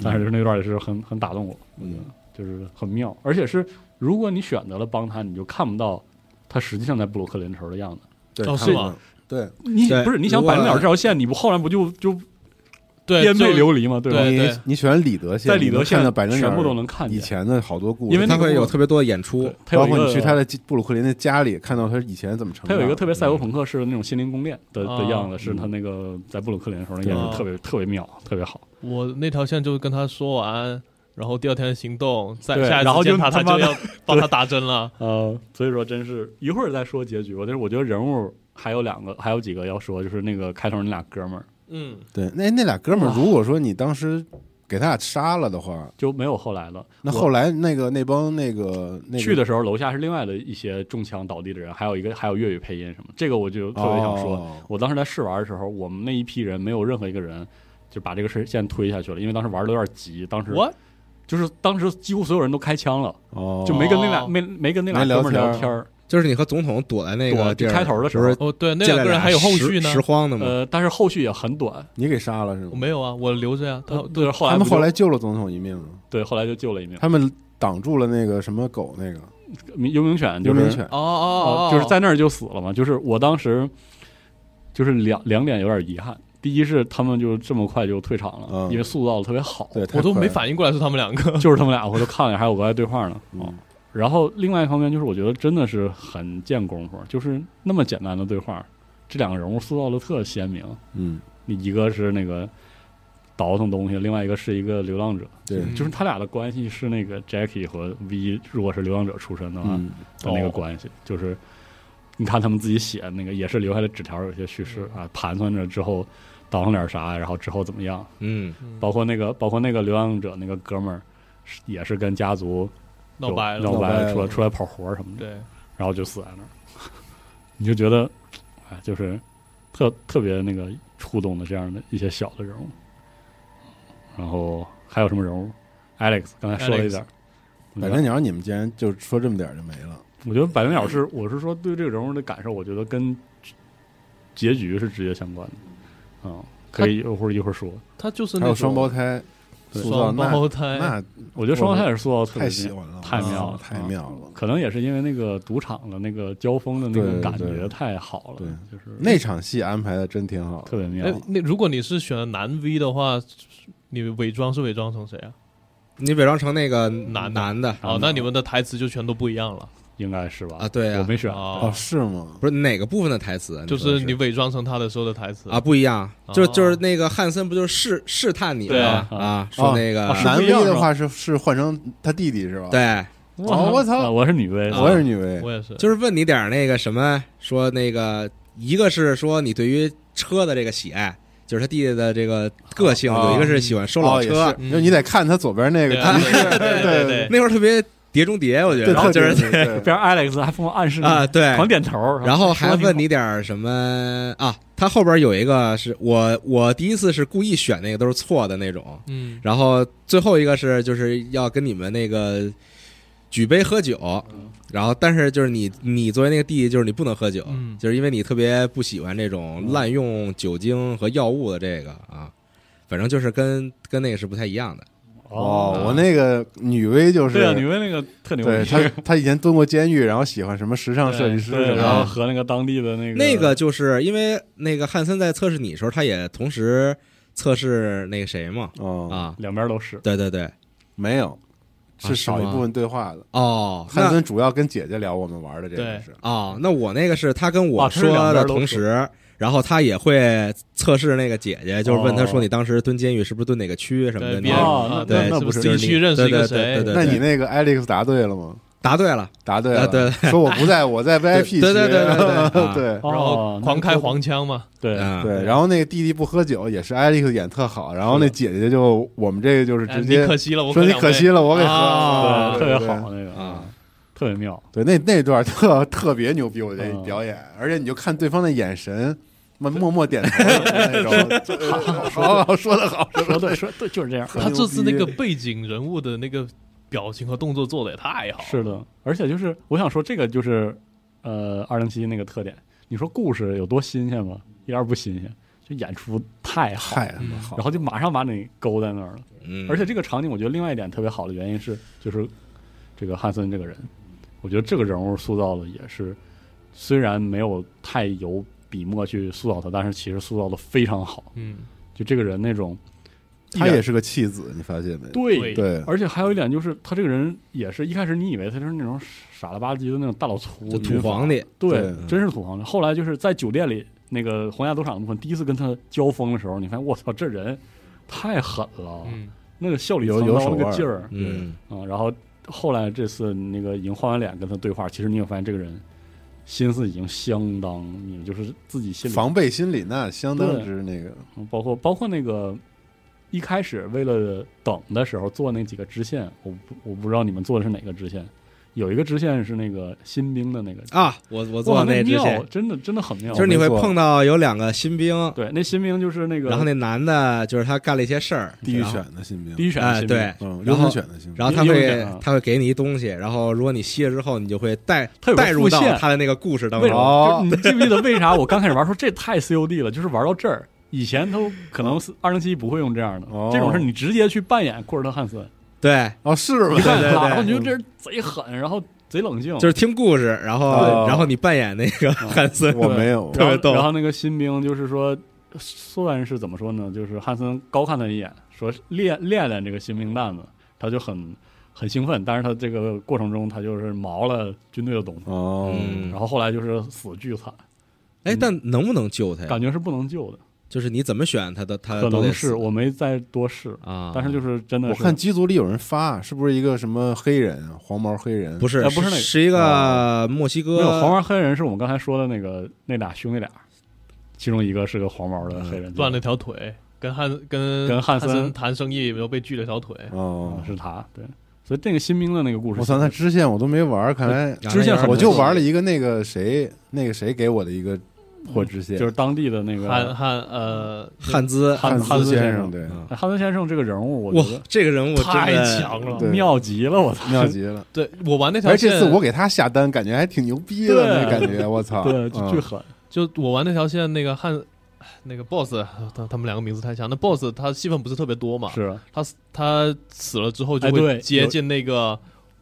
但是就是那段也是很很打动我，嗯，就是很妙，而且是如果你选择了帮他，你就看不到他实际上在布鲁克林的时候的样子。对，哦看是过吗？对，你对不是你想如果摆明了这条线，你不后来不就就对，颠沛就流离吗？对吧？对你你选李德县，在李德县你能看到百灵鸟全部都能看见以前的好多故事，因为那他个会有故特别多的演出对，他有包一括你去个他的布鲁克林的家里，看到他以前怎么成他长。有一个特别赛博朋克式的那种心灵宫殿的的啊样子，是他那个在布鲁克林的时候那演对的特别特别妙，特别好。我那条线就是跟他说完，然后第二天行动，再对下一然后次就见他，他他妈就的要帮他打针了。呃，所以说真是一会儿再说结局吧。但是我觉得人物还有两个，还有几个要说，就是那个开头那俩哥们儿嗯，对，那那俩哥们儿，如果说你当时给他俩杀了的话，就没有后来了。那我后来那个那帮那个那个去的时候，楼下是另外的一些中枪倒地的人，还有一个还有粤语配音什么，这个我就特别想说。哦我当时在试玩的时候，我们那一批人没有任何一个人就把这个事线推下去了，因为当时玩的有点急，当时我就是当时几乎所有人都开枪了，哦，就没跟那俩、哦没没跟那俩没聊哥们儿聊天天儿。就是你和总统躲在那个躲地儿开头的时候不是哦，对，那进两来个人俩还有后拾续呢拾。荒的吗？呃，但是后续也很短，你给杀了是我吗？没有啊，我留着呀。他对，后来哦他们不就后来救了总统一命啊，对后来就救了一命。他们挡住了那个什么狗那个幽冥犬就幽是冥犬哦哦哦哦，，就是在那儿就死了嘛。就是我当时就是两两点有点遗憾，第一是他们就这么快就退场了，嗯因为塑造的特别好，对，我都没反反应过来是他们两 个。就是他们俩，我都看了，还有额外对话呢。嗯哦然后另外一方面就是，我觉得真的是很见功夫，就是那么简单的对话，这两个人物塑造的特鲜明。嗯，一个是那个倒腾东西，另外一个是一个流浪者，对，嗯就是他俩的关系是那个 Jackie 和 V，如果是流浪者出身的话，嗯，的那个关系，就是你看他们自己写的那个也是留下的纸条，有些叙事啊，盘算着之后倒腾点啥，然后之后怎么样，嗯，包括那个包括那个流浪者那个哥们儿是也是跟家族闹掰闹了，掰掰了出来出来跑活儿什么的，对，然后就死在那儿， 你就觉得哎，就是特特别那个触动的这样的一些小的人物，然后还有什么人物？Alex 刚才说了一点儿，我觉百得灵鸟你们竟然就说这么点儿就没了，我觉得百灵鸟是，我是说对这个人物的感受，我觉得跟结局是直接相关的。啊、可以一会儿一会儿说。他就是还那有种双胞胎对塑造双那胞胎，那我觉得双胞胎也是塑造得特别太精喜欢了，太妙了，了太妙了。可能也是因为那个赌场的那个交锋的那对个感对觉太好了，对就是那场戏安排的真挺好特的，别妙哎。，那如果你是选了男 V 的话，你伪装是伪装成谁啊？你伪装成那个男的男的嗯哦，那你们的台词就全都不一样了。应该是吧？啊，对我啊，没选，哦，哦，是吗？不是哪个部分的台词啊？就说的是你伪装成他的时候的台词啊，，不一样，就哦就是那个汉森不就是试试探你对吗啊？啊，说那个啊是男不一 V 样的是吧话哦是是换成他弟弟是吧？，对，哦我操啊我是女威，啊我 也是女 V，我也是，就是问你点儿那个什么，说那个一个是说你对于车的这个喜爱，就是他弟弟的这个个性，哦有一个是喜欢收老哦也车，啊是，就你得看他左边那个对啊骑士， 对对对对，那会儿特别《碟中谍》，我觉得， 对然后特就别是对 对边 Alex 还疯狂暗示你啊，，对，狂点头，然后还问你你点儿什么啊？他后边有一个是我我第一次是故意选那个都是错的那种，嗯，然后最后一个是就是要跟你们那个举杯喝酒，然后但是就是你你作为那个弟弟，就是你不能喝酒，嗯就是因为你特别不喜欢这种滥用酒精和药物的这个啊，反正就是跟跟那个是不太一样的。哦，我那个女威就是对啊，女威那个特牛对 逼，她啊她以前蹲过监狱，然后喜欢什么时尚设计师对，什么然后的，和那个当地的那个那个就是因为那个汉森在测试你的时候，他也同时测试那个谁嘛哦，啊，两边都是，对对对。没有，是少一部分对话的。哦，那汉森主要跟姐姐聊我们玩的这个对事，哦，那我那个是他跟我啊他是两说边的都说同时，然后他也会测试那个姐姐，就是问他说哦你当时蹲监狱是不是蹲哪个区什么的对那别人种。哦啊那对那是不是是地区认识一个谁对对对对？对那你那个 Alex 答对了吗？答对了，答对啊了，对说我不在，我在 VIP 区，对对对对 对对啊对然哦后哦狂开黄腔嘛，对，嗯，对，然后那个弟弟不喝酒，也是 Alex 演特好，然后那姐姐就我们这个就是哎直你接可惜了，我说你两可杯惜了，我给喝啊了，特别对好那个啊，特别妙，对，那那段特 特别牛逼，我觉得嗯表演，而且你就看对方的眼神，默默默点头那种，就好 好好说的好，说对说对就是这样，他这次那个背景人物的那个表情和动作做的也太好了， 是的，而且就是我想说这个就是呃二零七那个特点，你说故事有多新鲜吗？一点儿不新鲜，就演出太好了，太他妈好然，后就马上把你勾在那儿了。嗯而且这个场景，我觉得另外一点特别好的原因是，就是这个汉森这个人，我觉得这个人物塑造的也是，虽然没有太有笔墨去塑造他，但是其实塑造的非常好。嗯，就这个人那种，他也是个弃子，你发现没？对对而且还有一点就是，他这个人也是一开始你以为他就是那种傻了吧唧的那种大老粗就军土阀皇帝，对，对真是土皇帝。后来就是在酒店里那个皇家赌场的部分，第一次跟他交锋的时候，你发现我操，这人太狠了，嗯，那个笑里有藏有刀手那腕个儿劲儿，嗯，啊、然后后来这次那个已经换完脸跟他对话，其实你有发现这个人心思已经相当密了，就是自己心里，防备心理那相当对之那个，嗯包括包括那个一开始为了等的时候做那几个支线，我不我不知道你们做的是哪个支线，有一个支线是那个新兵的那个，啊，我我哇做那那之妙前，，真的真的很妙，就是你没会做碰到有两个新兵，对那新兵就是那个然后那男的就是他干了一些事儿，地狱然后犬的新兵，第一选的哎新兵，对，嗯，优然后选的新兵，然后他优会选啊他会给你一东西，然后如果你吸了之后，你就会带它有个带入到复线他的那个故事当为什中。么？就是你记不记得为啥我刚开始玩说这太 COD 了，就是玩到这儿。以前都可哦能是二零七不会用这样的，哦这种是你直接去扮演库尔特汉森，对，哦，是吗你？看 对对他，然后对你觉得这人贼狠，然后贼冷静，就是听故事，然后哦然后你扮演那个哦汉森，我没有，然后特别逗然后那个新兵就是说，算是怎么说呢？就是汉森高看他一眼，说练练练这个新兵蛋子，他就很很兴奋，但是他这个过程中他就是毛了军队的东西，哦，嗯然后后来就是死巨惨，哎，但能不能救他嗯呀？感觉是不能救的，就是你怎么选他的，他可呃都得能死是我没再多试。啊，但是就是真的我是，看机组里有人发，是不是一个什么黑人啊，黄毛黑人？不是呃不是那个啊是一个墨西没有哥啊黄毛黑人是我们刚才说的那个那俩兄弟俩，其中一个是个黄毛的黑人，嗯断了条腿，跟汉跟跟汉汉森森谈生意，然后被锯了条腿，哦嗯，是他，对，所以这个新兵的那个故事，我操，那支线我都没玩儿，看来对支线很 我就玩了一，一个那个谁，那个谁给我的一个破支线，就是当地的那个汉汉呃汉兹，啊汉汉汉斯斯先生，生对，嗯哎汉森先生这个人物，我哇觉得，这个人物真的太强了对。妙极了，我操，妙极了。对我玩那条而线，且这次我给他下单，感觉还挺牛逼的，对那感觉，我操， 对，嗯巨狠，就我玩那条线，那个汉那个 boss，他他们两个名字太像。那 boss 他戏份不是特别多嘛，是他他死了之后就哎会对接有近那个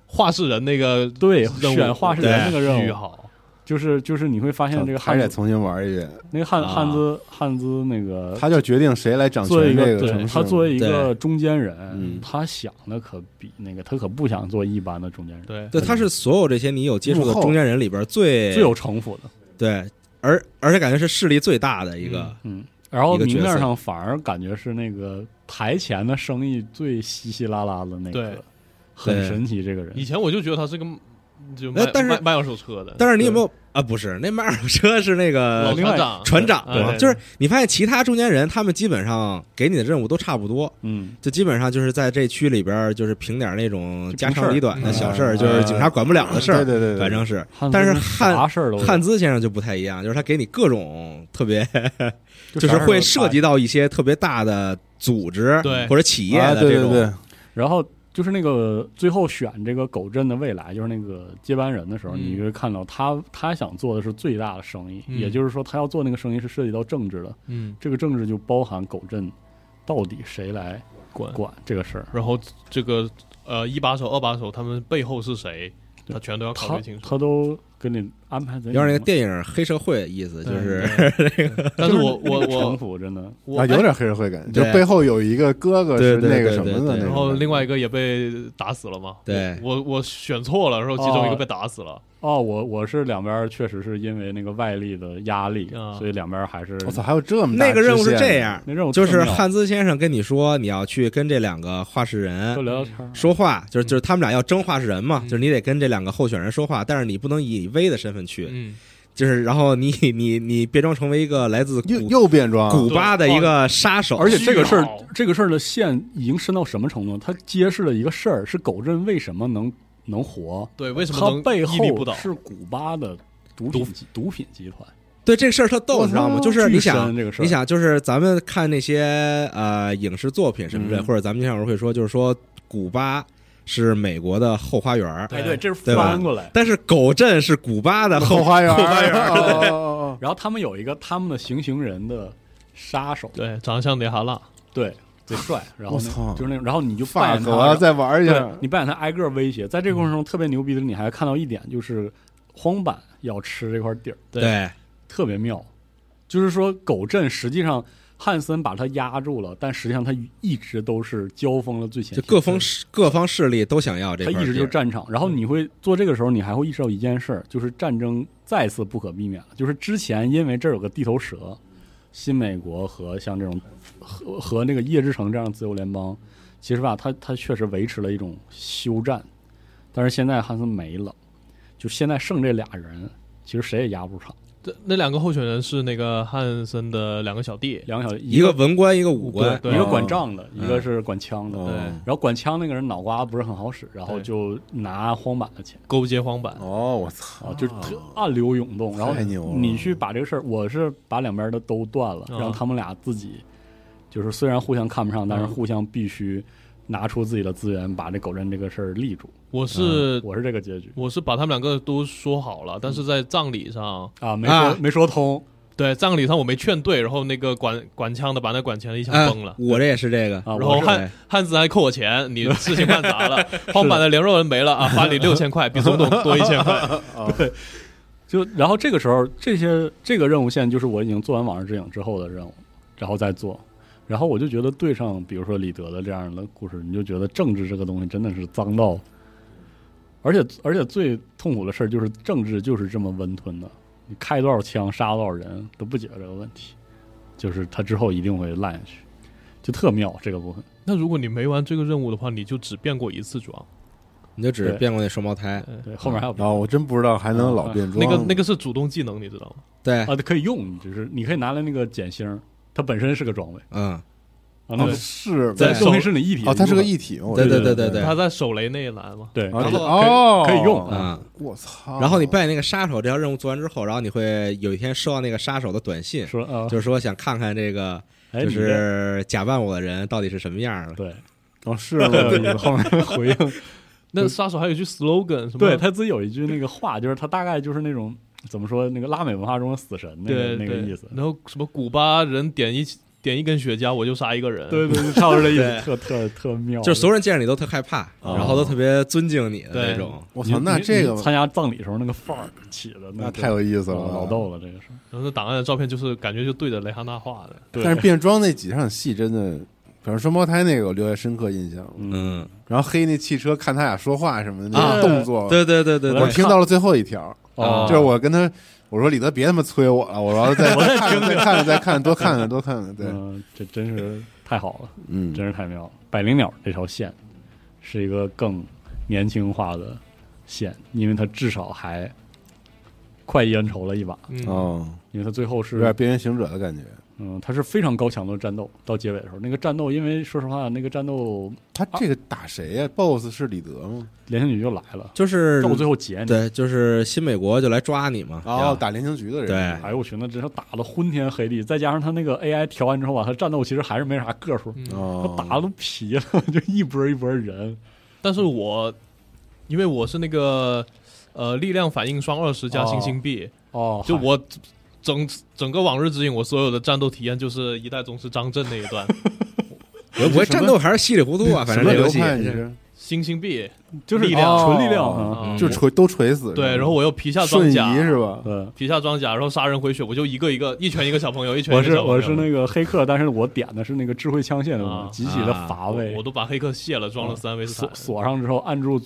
画室人那个对任务选画室人那个任巨务，好，就是就是你会发现这个还汉得重新玩一遍，那个汉啊汉兹汉兹那个他就决定谁来掌作为权一这个个城对市。他作为一个对中间嗯人，他想的可比那个他可不想做一般的中间人，对，对，他是所有这些你有接触的幕后中间人里边最最有城府的。对，而而且感觉是势力最大的一个，嗯，然后一个明角面色上反而感觉是那个台前的生意最稀稀拉拉的那对个，很对神奇这个人以。前我就觉得他是个就卖哎但是卖卖二手车的，但是你有没有啊？不是，那卖二手车是那老个呃另外船长船长对啊嘛，就是你发现其他中间人，他们基本上给你的任务都差不多，嗯，就基本上就是在这区里边儿就是评点儿那种家长里短的小事儿，嗯就是警察管不了的事对儿，对对对，反正是汉。但是斯啥汉事儿都有汉兹先生就不太一样，就是他给你各种特 别，就就是啥事儿会都涉及干。到一些特别大的组织对或者企业啊，的对这对种对，然后就是那个最后选这个狗镇的未来，就是那个接班人的时候，嗯你就会看到他他想做的是最大的生意，嗯也就是说他要做那个生意是涉及到政治的，嗯这个政治就包含狗镇到底谁来管，管这个事儿。然后这个呃一把手二把手他们背后是谁，他全都要考他虑清楚，他都给你安排有贼点那个明白电影黑社会的意思，就是 但是我 我就是那个城我府真的我啊，哎有点黑社会感觉，就对背后有一个哥哥是对对那个对什么的对对那然种后感觉。另外一个也被打死了嘛。对我我选错了，然后其中一个被打死了。哦，我我是两边确实是因为那个外力的压力，啊所以两边还是我操，还有这么大那个任务是支线这，样，那任务特就妙是汉兹先生跟你说，你要去跟这两个画事就人聊聊天儿，说话，嗯就是就是他们俩要争画事人嘛，嗯就是你得跟这两个候选人说话，但是你不能以 V 的身份去，嗯，就是然后你 你你变装成为一个来自又古又变装古巴的一个杀手，而且这个事儿需要，这个事儿的线已经深到什么程度？它揭示了一个事儿，是狗镇为什么能能活，对，为什么它能背屹立不后倒？是古巴的毒品集毒品集团。对这个事儿特逗，我你知道吗？操就是你巨深想，这个事儿你想，就是咱们看那些呃影视作品什么之类，嗯或者咱们经常有人会说，就是说古巴是美国的后花园儿，对哎，对，这是对吧翻过来。但是狗镇是古巴的后花园儿，后花园儿。哦哦 哦然后他们有一个他们的行刑人的杀手，对，长相得哈辣。对，贼帅。然后我操那就是那种，然后你就哦扮演，fuck！他，我要再玩一对下，你扮演他挨个威胁。在这个过程中，特别牛逼的，你还看到一点，就是荒坂要吃这块地儿，对对特别妙。就是说，狗镇实际上汉森把他压住了，但实际上他一直都是交锋的最前就线，各方势各方势力都想要这他块地儿，嗯一直就是战场。然后你会做这个时候，你还会意识到一件事儿，就是战争再次不可避免了。就是之前因为这儿有个地头蛇，新美国和像这种和和那个夜之城这样的自由联邦，其实吧，它它确实维持了一种休战，但是现在汉森没了，就现在剩这俩人，其实谁也压不住场。这那两个候选人是那个汉森的两个小弟，两个小一个嗯文官一个武官，对一个管仗的，一个是管枪的。哦对然后管枪那个人脑瓜不是很好使，然后对就拿荒坂的钱。勾结荒坂。哦，我操啊，，就是特暗流涌动，然后太牛了哦你去把这个事儿，我是把两边的都断了，啊让他们俩自己，就是虽然互相看不上，但是嗯互相必须拿出自己的资源，把这狗镇这个事儿立住。我是我是这个结局我是把他们两个都说好了，但是在葬礼上，啊，没啊说没说通，对葬礼上我没劝对，然后那个管管枪的把那管钱的一枪啊崩了，。我这也是这个啊然后我是哎汉汉子还扣我钱，你事情办砸了，荒坂的连肉人没了啊，罚你六千块，比总统多一千块。就然后这个时候，这些这个任务线就是我已经做完《往日之影》之后的任务，然后再做。然后我就觉得对上，比如说李德的这样的故事，你就觉得政治这个东西真的是脏到，而且 而且最痛苦的事儿就是政治就是这么温吞的，你开多少枪杀多少人都不解决这个问题，就是他之后一定会烂下去，就特妙这个部分。那如果你没完这个任务的话，你就只变过一次装，你就只对变过那双胞胎，对，后面还有然后哦我真不知道还能老变装，那哦个那个是主动技能，你知道吗？对，啊，可以用，就是你可以拿来那个减星，它本身是个装备嗯，啊，那哦个是这对东西是你一体的哦，它是个一一体，我对知道对对对他在手雷那一栏嘛。对，然后可以就哦可以用啊、我哦操！然后你扮演那个杀手这条任务做完之后，然后你会有一天收到那个杀手的短信，说啊，就是说想看看这个哎就你这是假扮我的人到底是什么样儿的。对，哦是吗？后面回 应，那杀手还有一句 slogan 什么？对他自己有一句那个话，就是他大概就是那种怎么说，那个拉美文化中的死神那对个那个对意思。然后什么古巴人点一点一根雪茄，我就杀一个人。对 对，对差不多这意对思，特特特妙。就是所有人见着你都特害怕，哦然后都特别尊敬你的那对种。我你操，那你这你个参加葬礼时候那个范儿起的，那个太有意思了，啊老逗了，这个是。然后那档案的照片就是感觉就对着蕾哈娜画的。对但是变装那几场戏真的，比如双胞胎那个我留下深刻印象。嗯，嗯，然后黑那汽车看他俩说话什么的那啊个动嗯作，对对对对我对，听到了最后一条，哦就是我跟他我说李德别他妈催我了，我说再我再看看再看看再看看多看看多看看，对，嗯，这真是太好了，嗯真是太妙了。百灵鸟这条线是一个更年轻化的线，因为它至少还快意恩仇了一把，嗯，哦，因为它最后是有点边缘行者的感觉。嗯，它是非常高强度的战斗，到结尾的时候，那个战斗，因为说实话，那个战斗他这个打谁呀？BOSS 是李德吗？连星女就来了，就是到最后截你，对，就是新美国就来抓你嘛。啊哦，打联勤局的人。对哎呦我去，那真是打的昏天黑地，再加上他那个 AI 调完之后啊吧，他战斗其实还是没啥个数，嗯他哦，打的都皮了， 就一波一波人，但是我因为我是那个呃力量反应双二十加星星币，哦，就我整整个往日之影，我所有的战斗体验就是一代宗师张震那一段。 我我战斗还是稀里糊涂啊，反正什么这游流戏派你是？星星币，就是力量纯力量，哦嗯嗯就锤都锤死。对，然后我又皮下装瞬移甲是吧？对。皮下装甲，然后杀人回血，我就一个一个一拳一个小朋友，一拳我一个是小朋友。我是那个黑客，但是我点的是那个智慧枪械的武啊器，极其的乏味我我。都把黑客卸了，装了三维斯锁坦，锁上之后，按住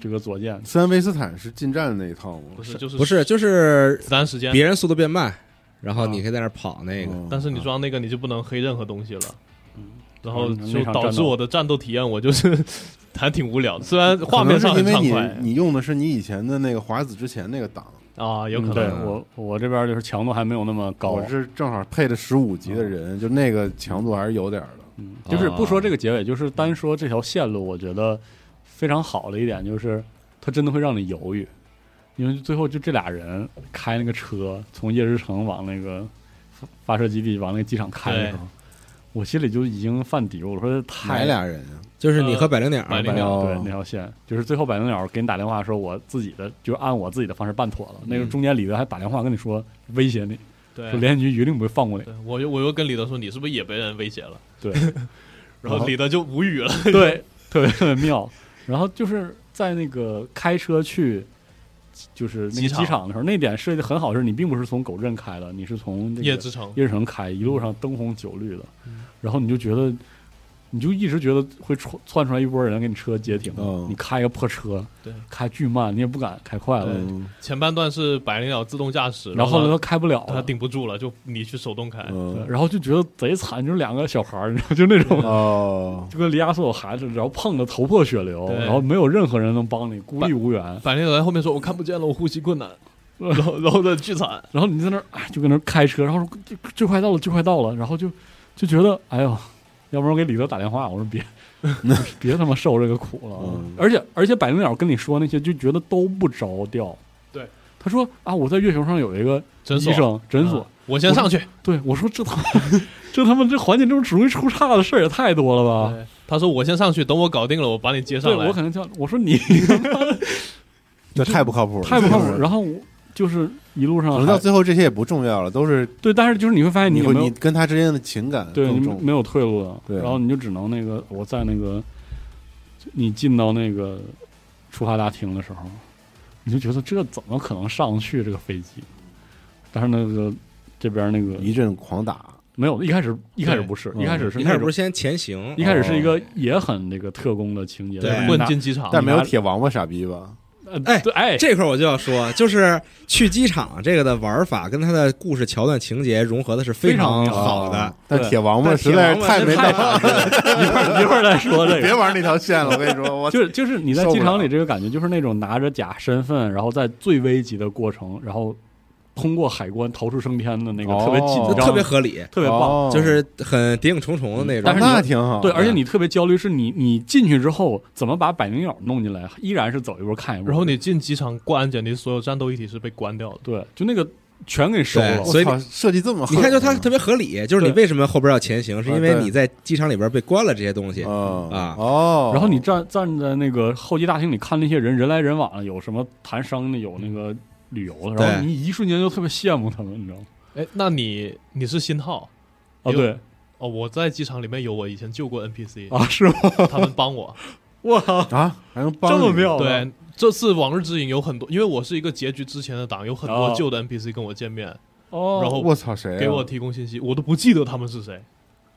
这个左键，三维斯坦是近战的那一套吗？不是就是不是就是子弹时间。别人速度变慢，然哦后你可以在那儿跑那个。嗯但是你装那个你就不能黑任何东西了，然啊后嗯那就场导战致斗我的战斗体验我就是还挺 无聊的，虽然画面上可很能是畅因快为你你用的是你以前的那个华子之前那个档，啊，有可嗯对能。我我这边就是强度还没有那么高我，是正好配的十五级的人，就那个强度还是有点儿的。嗯就是不说这个结尾，就是单说这条线路，我觉得非常好的一点就是它真的会让你犹豫，因为最后就这俩人开那个车从夜之城往那个发发射基地往那个机场开的时候，我心里就已经犯嘀咕了，我说哪太俩人啊？就是呃你和百灵鸟，百灵白鸟鸟哦对那条线，就是最后百灵鸟给你打电话说我自己的，就是按我自己的方式办妥了。那个中间李德还打电话跟你说威胁你，对说联勤局一定不会放过你。对，我又我又跟李德说，你是不是也被人威胁了？对然哦后李德就无语 了。对，特别特别妙。然后就是在那个开车去，就是那机个场机场的时候，那点设计得很好，是你并不是从狗镇开的，你是从那个夜之城，嗯夜之城开，一路上灯红酒绿的，然后你就觉得，你就一直觉得会窜窜出来一波人给你车截停，嗯你开一个破车，对开巨慢，你也不敢开快了，嗯前半段是百灵鸟自动驾驶，然后后来呢都，哦开不了他了，顶不住了，就你去手动开。对嗯然后就觉得贼惨，就是两个小孩儿，你知道，就那种。哦，就跟离家所有孩子，然后碰得头破血流，对然后没有任何人能帮你，孤立无援。百灵鸟在后面说：“我看不见了，我呼吸困难。” 然后，然后的巨惨，然后你在那儿哎，就搁那儿开车，然后说就就快到了，就快到了，然后就就觉得哎呦，要不然我给李德打电话，我说别 别他妈受这个苦了。嗯而且而且百灵鸟跟你说那些，就觉得都不着调。对，他说啊，我在月球上有一个诊所医生诊所，嗯我先上去。对我说这他妈 这他妈这环境中容易出岔的事儿也太多了吧。对他说：“我先啊上去，等我搞定了，我把你接对，上来。我”肯定叫我说你 这太不靠谱了，太不靠谱 是了。然后我就是一路嗯可上能到还最后这些也不重要了，都是对，但是就是哎你会发现你有没有你跟他之间的情感对，你更没重。没有退路了。对然后你就只能那个，我在那个你进到那个出发大厅的时候，你就觉得这怎么可能上去这个飞机？但是那个这边那个一阵狂打，没有，一开始一开始对不是，嗯一开始是一开那始不种是。先前行一，开始是一个也很那个特工的情节，对就是我你问拿进机场，但没有拿铁王八傻逼吧？呃哎对哎， 这块儿我就要说，就是去机场这个的玩法跟它的故事桥段情节融合的是非常非常好的。啊但对铁王八但实在铁王是八太没真道太理了，一会儿一会儿再说这个，别玩那条线了，我跟你说，我就是就是你在受不机了场里这个感觉，就是那种拿着假身份，然后在最危急的过程，然后通过海关逃出升天的那个哦特别紧就张，特别合理，特别棒。哦就是很谍影重重的那种。但是你那挺好的，对，而且你特别焦虑，是你你进去之后怎么把百灵鸟弄进来，依然是走一步看一步。然后你进机场过安检，你所有战斗一体是被关掉的。对，就那个全给收了对。我所以操设计这么狠，你看，就它特别合理，就是你为什么后边要前行，是因为啊对你在机场里边被关了这些东西。嗯啊哦，然后你站站在那个候机大厅里看那些人人来人往的，有什么谈生的，有那个旅游的，然后对你一瞬间就特别羡慕他们，你知道吗？哎，那你你是新号啊，有对哦？我在机场里面有我以前救过 NPC，、啊，是吗？他们 帮我。我靠，啊还能帮这么你妙啊！对，这次往日之影有很多，因为我是一个结局之前的档，有很多哦旧的 NPC 跟我见面，哦，然后我操谁啊给我提供信息，我都不记得他们是谁。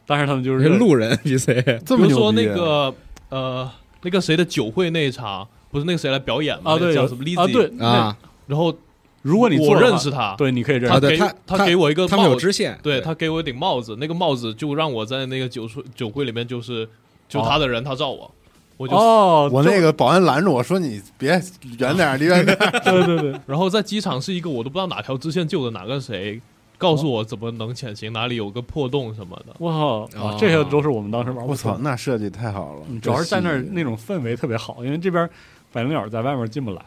但是他们就就是是路人 NPC，这比么如牛说逼那个呃，那个谁的酒会那一场，不是那个谁来表演吗？啊，对，那有叫什么 Lizzy 啊，对，那啊然后如果你我做的话认识他，对，你可以认他识啊，对给他他给我一个他们有帽子支线，对他给我一顶帽子，那个帽子就让我在那个酒会酒会里面就是就他的人，他罩我，我就、哦，我这那个保安拦着我说：“你别远点儿，离远点 儿。对对对，然后在机场是一个我都不知道哪条支线救的哪个谁。告诉我怎么能潜行，哪里有个破洞什么的。我靠，啊哦这些都是我们当时玩”过我的操，，那设计太好了嗯！主要是在那儿那种氛围特别好，因为这边百灵鸟在外面进不来，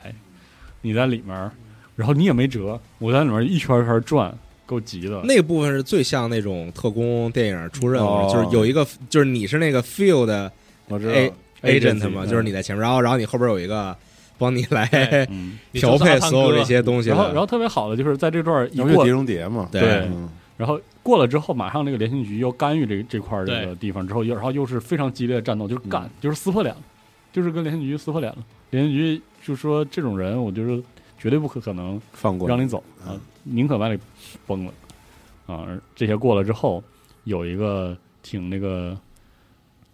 你在里面儿，然后你也没辙，我在里面一圈儿一圈儿转，够急的，那部分是最像那种特工电影出任务哦的，就是有一个，就是你是那个 field 的我知 A 哎道 Agency， agent 嘛，嗯就是你在前面，然后然后你后边有一个帮你来对嗯，你就是调配阿汤所有哥这些东西的。然后然后特别好的就是在这段儿一然后就过碟，中谍嘛，对嗯然后过了之后，马上那个联勤局要干预这这块儿这对个地方之后，又然后又是非常激烈的战斗，就是干，就是撕破脸，就是跟联勤局撕破脸了。联勤局就说这种人，我就是绝对不可可能放过让你走啊，宁可把你崩了啊。而这些过了之后，有一个挺那个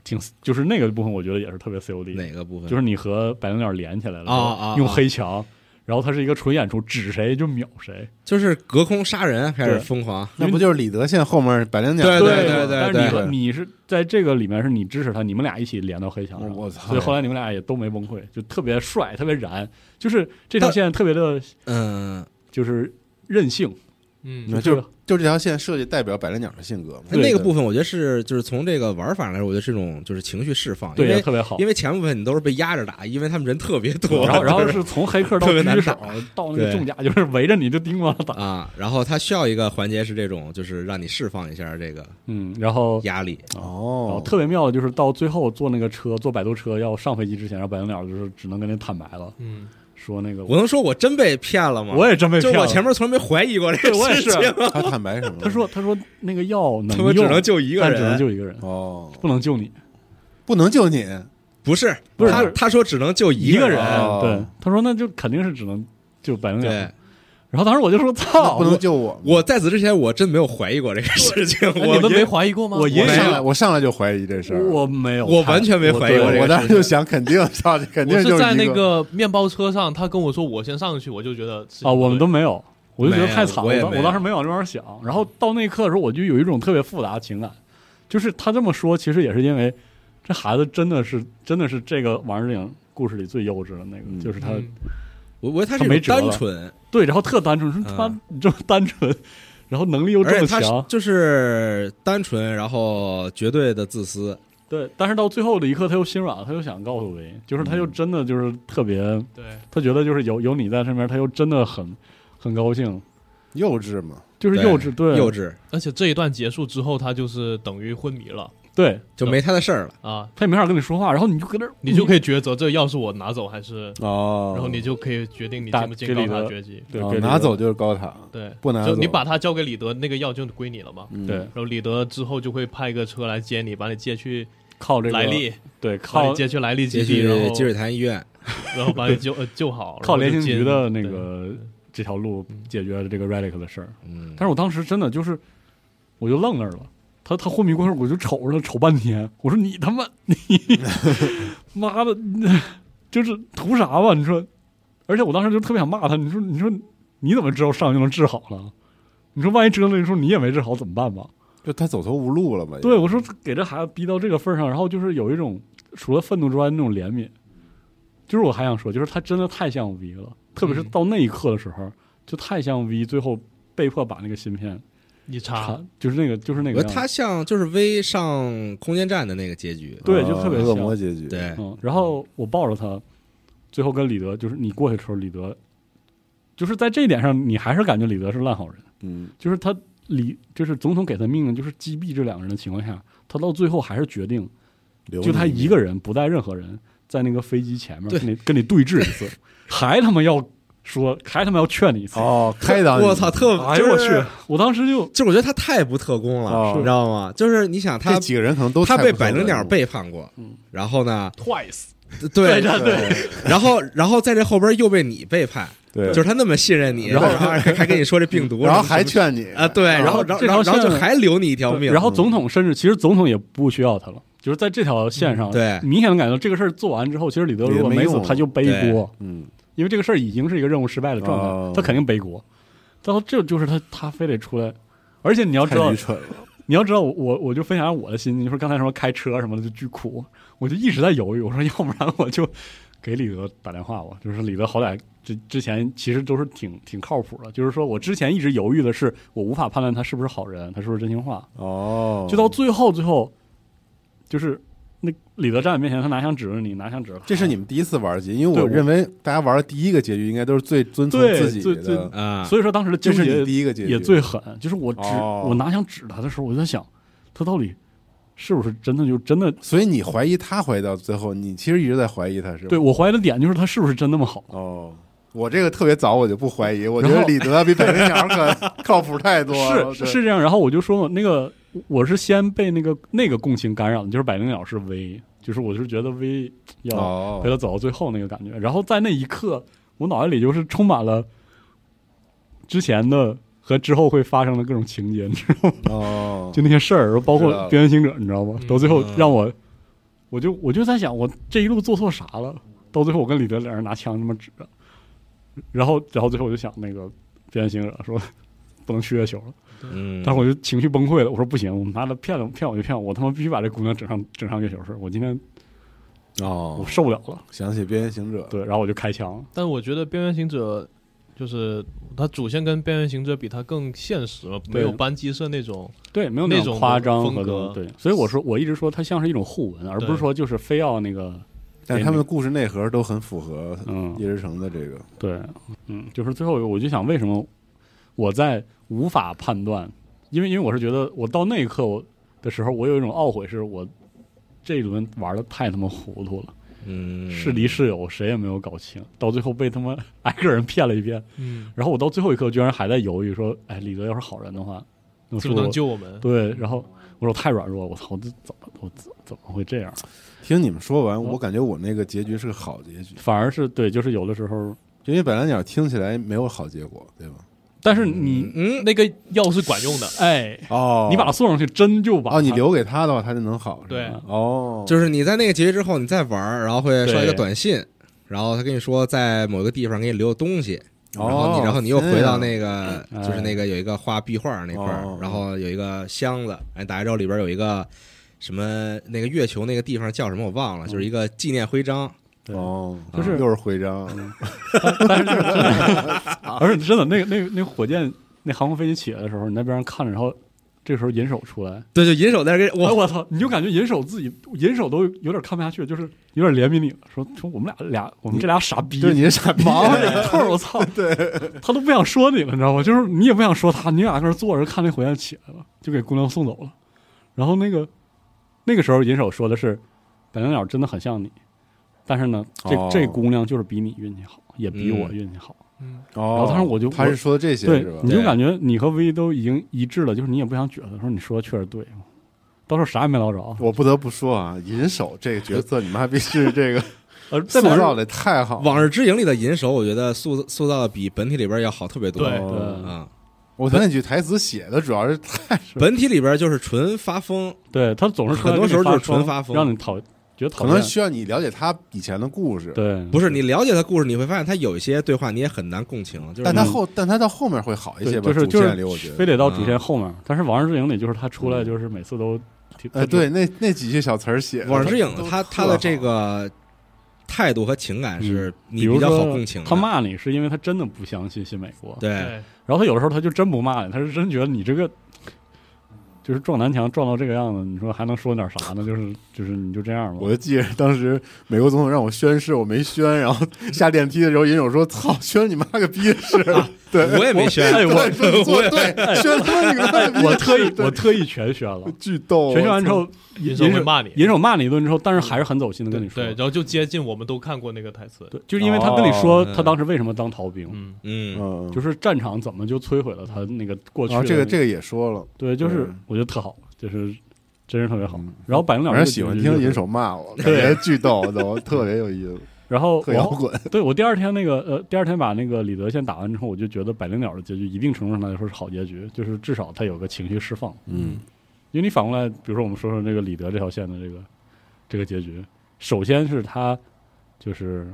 挺就是那个部分，我觉得也是特别 COD，哪个部分？就是你和百灵鸟连起来了，啊啊啊用黑墙，然后它是一个纯演出，指谁就秒谁。就是隔空杀人开始对疯狂，那不就是李德宪后面百灵鸟？对对对但是你和对你是在这个里面是你支持他，你们俩一起连到黑墙上，我操所以后来你们俩也都没崩溃，就特别帅，特别燃，就是这条线特别的，嗯，就是任性，嗯，那就就这条线设计代表百灵鸟的性格嘛。对那个部分我觉得是就是从这个玩法来说，我觉得是一种就是情绪释放，因对，也为特别好因。为前部分你都是被压着打，因为他们人特别多，嗯然后，然后是从黑客到特别难狙手打到那个对重甲，就是围着你就叮咣打。啊，然后他需要一个环节是这种，就是让你释放一下这个嗯，然后压力，然后哦，特别妙的就是到最后坐那个车，坐摆渡车要上飞机之前，让百灵鸟就是只能跟你坦白了，嗯，说那个我能说我真被骗了吗？我也真被就骗我了。前面从来没怀疑过这对我个也事是啊情，他坦白什么？他说他说那个药能他们只用能救一个但只能人，救一个人，哦，不能救你不能救你，不是不是他就是他说只能救一一个人。啊哦对，他说那就肯定是只能救百灵鸟。对，然后当时我就说那操，不能我救我。我在此之前我真没有怀疑过这个事情，哎你我们也没怀疑过吗？我爷我爷上来，我上来就怀疑这事儿。我没有看，我完全没怀疑过我这对我个当事时情就想，肯定上去，肯定我就是在那一个。个面包车上，他跟我说我先上去，我就觉得事情啊，我们都不没有，我就觉得太惨了。没有我当我也没有当时没往这边想，然后到那一刻的时候，我就有一种特别复杂的情感，就是他这么说，其实也是因为这孩子真的是真的是这个玩意儿电影故事里最幼稚的那个，嗯就是他、对。嗯我我觉得他他是没一种辙单了纯，对，然后特单纯，说他嗯你这么单纯，然后能力又而这且么他是强，就是单纯，然后绝对的自私，对，但是到最后的一刻，他又心软了，他又想告诉维，就是他嗯又真的就是特别，对，他觉得就是有有你在身边，他又真的很很高兴，幼稚嘛，就是对幼稚，对，幼稚而且这一段结束之后，他就是等于昏迷了对就没他的事儿了。啊，他也没法跟你说话，然后你就搁那儿，你就可以抉择这药是我拿走还是，哦然后你就可以决定你打进不进给告李他德决击。对哦给这拿个走就是高塔，对，不拿就走你把它交给李德，那个药就归你了嘛。嗯对然后李德之后就会派一个车来接你，把你接去靠这个莱利，对，把靠你接去莱利这基地，是然后积水潭医院，然后把你救呃救好，靠然联后勤就接局的那对个这条路嗯解决了这个 relic 的事儿。嗯但，是我当时真的就是，我就愣那儿了。他他昏迷过后，我就瞅着他瞅半天，我说你他妈你 妈的，就是图啥吧？你说，而且我当时就特别想骂他，你说你说你怎么知道上就能治好了？你说万一折腾的时候你也没治好怎么办吧？就他走投无路了嘛。对，我说给这孩子逼到这个份儿上，然后就是有一种除了愤怒之外那种怜悯，就是我还想说，就是他真的太像 V 了，特别是嗯到那一刻的时候，就太像 V，最后被迫把那个芯片一插插，就是那个就是那我个样觉得子他像就是微上空间站的那个结局，对啊就特别哦恶像魔结局。对，嗯，然后我抱着他，最后跟李德就是你过去的时候，李德就是在这一点上，你还是感觉李德是烂好人，嗯，就是他李就是总统给他命令就是击毙这两个人的情况下，他到最后还是决定留就他你一个人不带任何人在那个飞机前面对跟你跟你对峙一次，还他妈要说还他妈要劝你一次，哦，开导你我操，，特哎就呦我是去，我当时就就是我觉得他太不特工哦了，是你知道吗？就是你想这他几个人可能都他太被不合百灵格鸟了背叛过，嗯然后呢， twice，对，对 然后然后在这后边又被你背叛，对，就是他那么信任你，然后还还跟你说这病 毒，然后还劝你啊，对，然后然后然后然后就还留你一条命，嗯然后总统甚至其实总统也不需要他了，就是在这条线上，对明显的感觉到这个事儿做完之后，其实李德如果也没没死用，他就背锅，嗯，因为这个事儿已经是一个任务失败的状态，哦他肯定背锅。到这就是他他非得出来，而且你要知太道愚，蠢了。你要知道我我我就分享我的心情，就是刚才什么开车什么的就巨苦，我就一直在犹豫，我说要不然我就给李德打电话吧，就是李德好歹之之前其实都是挺挺靠谱的，就是说我之前一直犹豫的是我无法判断他是不是好人，他是不是真心话，哦，就到最后，最后就是那李德站在面前，他拿枪指着你，拿枪指着他这是你们第一次玩结局，因为对我我认为大家玩的第一个结局应该都是最遵从对自己最最的，啊，所以说当时的这纠是你结第一个结局，也最狠，就是我指、哦我拿枪指他的时候，我就在想，他到底是不是真的就真的所以你怀疑他怀疑到最后，你其实一直在怀疑他是吧对我怀疑的点就是他是不是真那么好？哦。我这个特别早，我就不怀疑。我觉然得后李德比百灵鸟可靠谱太多 了。是是这样，然后我就说嘛，那个我是先被那个那个共情感染的，就是百灵鸟是 V，就是我是觉得 V 要哦陪他走到最后那个感觉。然后在那一刻，我脑袋里就是充满了之前的和之后会发生的各种情节，你知道吗？哦，就那些事儿，包括知道了《边缘行者》，你知道吗？嗯到最后让我，我就我就在想，我这一路做错啥了？到最后我跟李德两人拿枪这么指着，然后然后最后我就想那个《边缘行者》说 不能去月球了，嗯，但是我就情绪崩溃了，我说不行，我妈的骗了骗我就骗我，我他妈必须把这姑娘整上整上月球去，我今天我哦，受不了了，想起《边缘行者》对，然后我就开枪，但我觉得《边缘行者》就是它主线跟《边缘行者》比，它更现实嘛，没对有班级社那种。对，没有那种种夸张风和格对，所以我说我一直说它像是一种互文，而不是对说就是非要那个但是他们的故事内核都很符合嗯叶之城的这个，对，嗯，就是最后我就想，为什么我在无法判断？因为因为我是觉得，我到那一刻我的时候，我有一种懊悔，是我这一轮玩的太他妈糊涂了，嗯是敌是友谁也没有搞清，到最后被他妈挨个人骗了一遍。嗯，然后我到最后一刻居然还在犹豫，说：“哎，李德要是好人的话，那是是不是我能救我们？对。”然后我说：“太软弱，我操，我这怎么我怎怎么会这样？听你们说完，嗯我感觉我那个结局是个好结局，反而是对，就是有的时候，因为百蓝鸟听起来没有好结果，对吧？但是你、嗯，那个药是管用的，哎，哦你把他送上去，真就把哦，你他留给他的话，他就能好，是吧对哦，就是你在那个结局之后，你再玩儿，然后会收到一个对短信，然后他跟你说在某个地方给你留的东西，哦啊然后你然后你又回到这样那个嗯就是那个有一个画壁画那块儿哦，然后有一个箱子，哎，打开之后里边有一个什么那个月球那个地方叫什么我忘了，就是一个纪念徽章，对哦，就是又是徽章，但是就是真 的而且真的，那个那个那个火箭那航空飞机起来的时候，你在边上看着，然后这时候银手出来，对，就银手在那给 哎我我操，你就感觉银手自己银手都有点看不下去，就是有点怜悯你了，说说我们俩俩我们这俩傻逼就，是你是傻逼，忙着这扣儿，我 操，对他都不想说你了，你知道吗？就是你也不想说他，你俩搁那坐着看那火箭起来了，就给姑娘送走了。然后那个那个时候银手说的是，百灵鸟真的很像你，但是呢，这、哦这姑娘就是比你运气好，也比我运气好。嗯，然然后当时我就哦他是说这些对是吧，？你就对感觉你和 V 都已经一致了，就是你也不想觉得说你说的确实对，到时候啥也没捞着。我不得不说啊，银手这个角色，你们还必须这 个呃，再塑往造的太好《了。往日之影》里的银手，我觉得塑塑造的比本体里边要好特别多。对对啊，我头那句台词写的主要是太本体里边就是纯发疯，对他总是出来很多给你时候就是疯纯发疯让你讨觉得讨可能厌。需要你了解他以前的故事，对，不是你了解他故事，你会发现他有一些对话你也很难共情，就是但他后但他到后面会好一些嗯对，吧？就是主就线里我是觉非得，得到嗯主线后面。但是《王日之影》里就是他出来就是每次都挺，呃他哎，就对，，那那几句小词儿写的，往日之影都，他特他的这个态度和情感是嗯比你如比较好说共情的。他骂你是因为他真的不相信新美国，对，对，然后他有的时候他就真不骂你，他是真觉得你这个。就是撞南墙撞到这个样子，你说还能说点啥呢？就是就是你就这样吧。我就记着当时美国总统让我宣誓，我没宣，然后下电梯的时候，尹手说：“操，宣你妈个 逼是！”对，我也没宣，哎我对说你做对，宣他妈你个妈逼是，我特意对我特意全 宣了，巨逗，啊全宣完之我后，银银手会手骂你银手骂你一顿之后，但是还是很走心的跟你说，对，然后就接近我们都看过那个台词。对，就是因为他跟你说哦他当时为什么当逃兵，嗯，操，嗯，嗯，就是战场怎么就摧毁了他那个过去然后的啊这个那这个也说了，对，就是嗯我觉得特好，就是真是特别好嗯。然后百灵鸟反正喜欢听银银，手骂我，感对觉巨逗，都特别有意思，然后特摇 我滚。 对我第二天那个呃，第二天把那个李德先打完之后，我就觉得百灵鸟的结局一定程度上来说是好结局，就是至少他有个情绪释放。嗯，因为你反过来，比如说我们说说这个李德这条线的这个这个结局，首先是他就是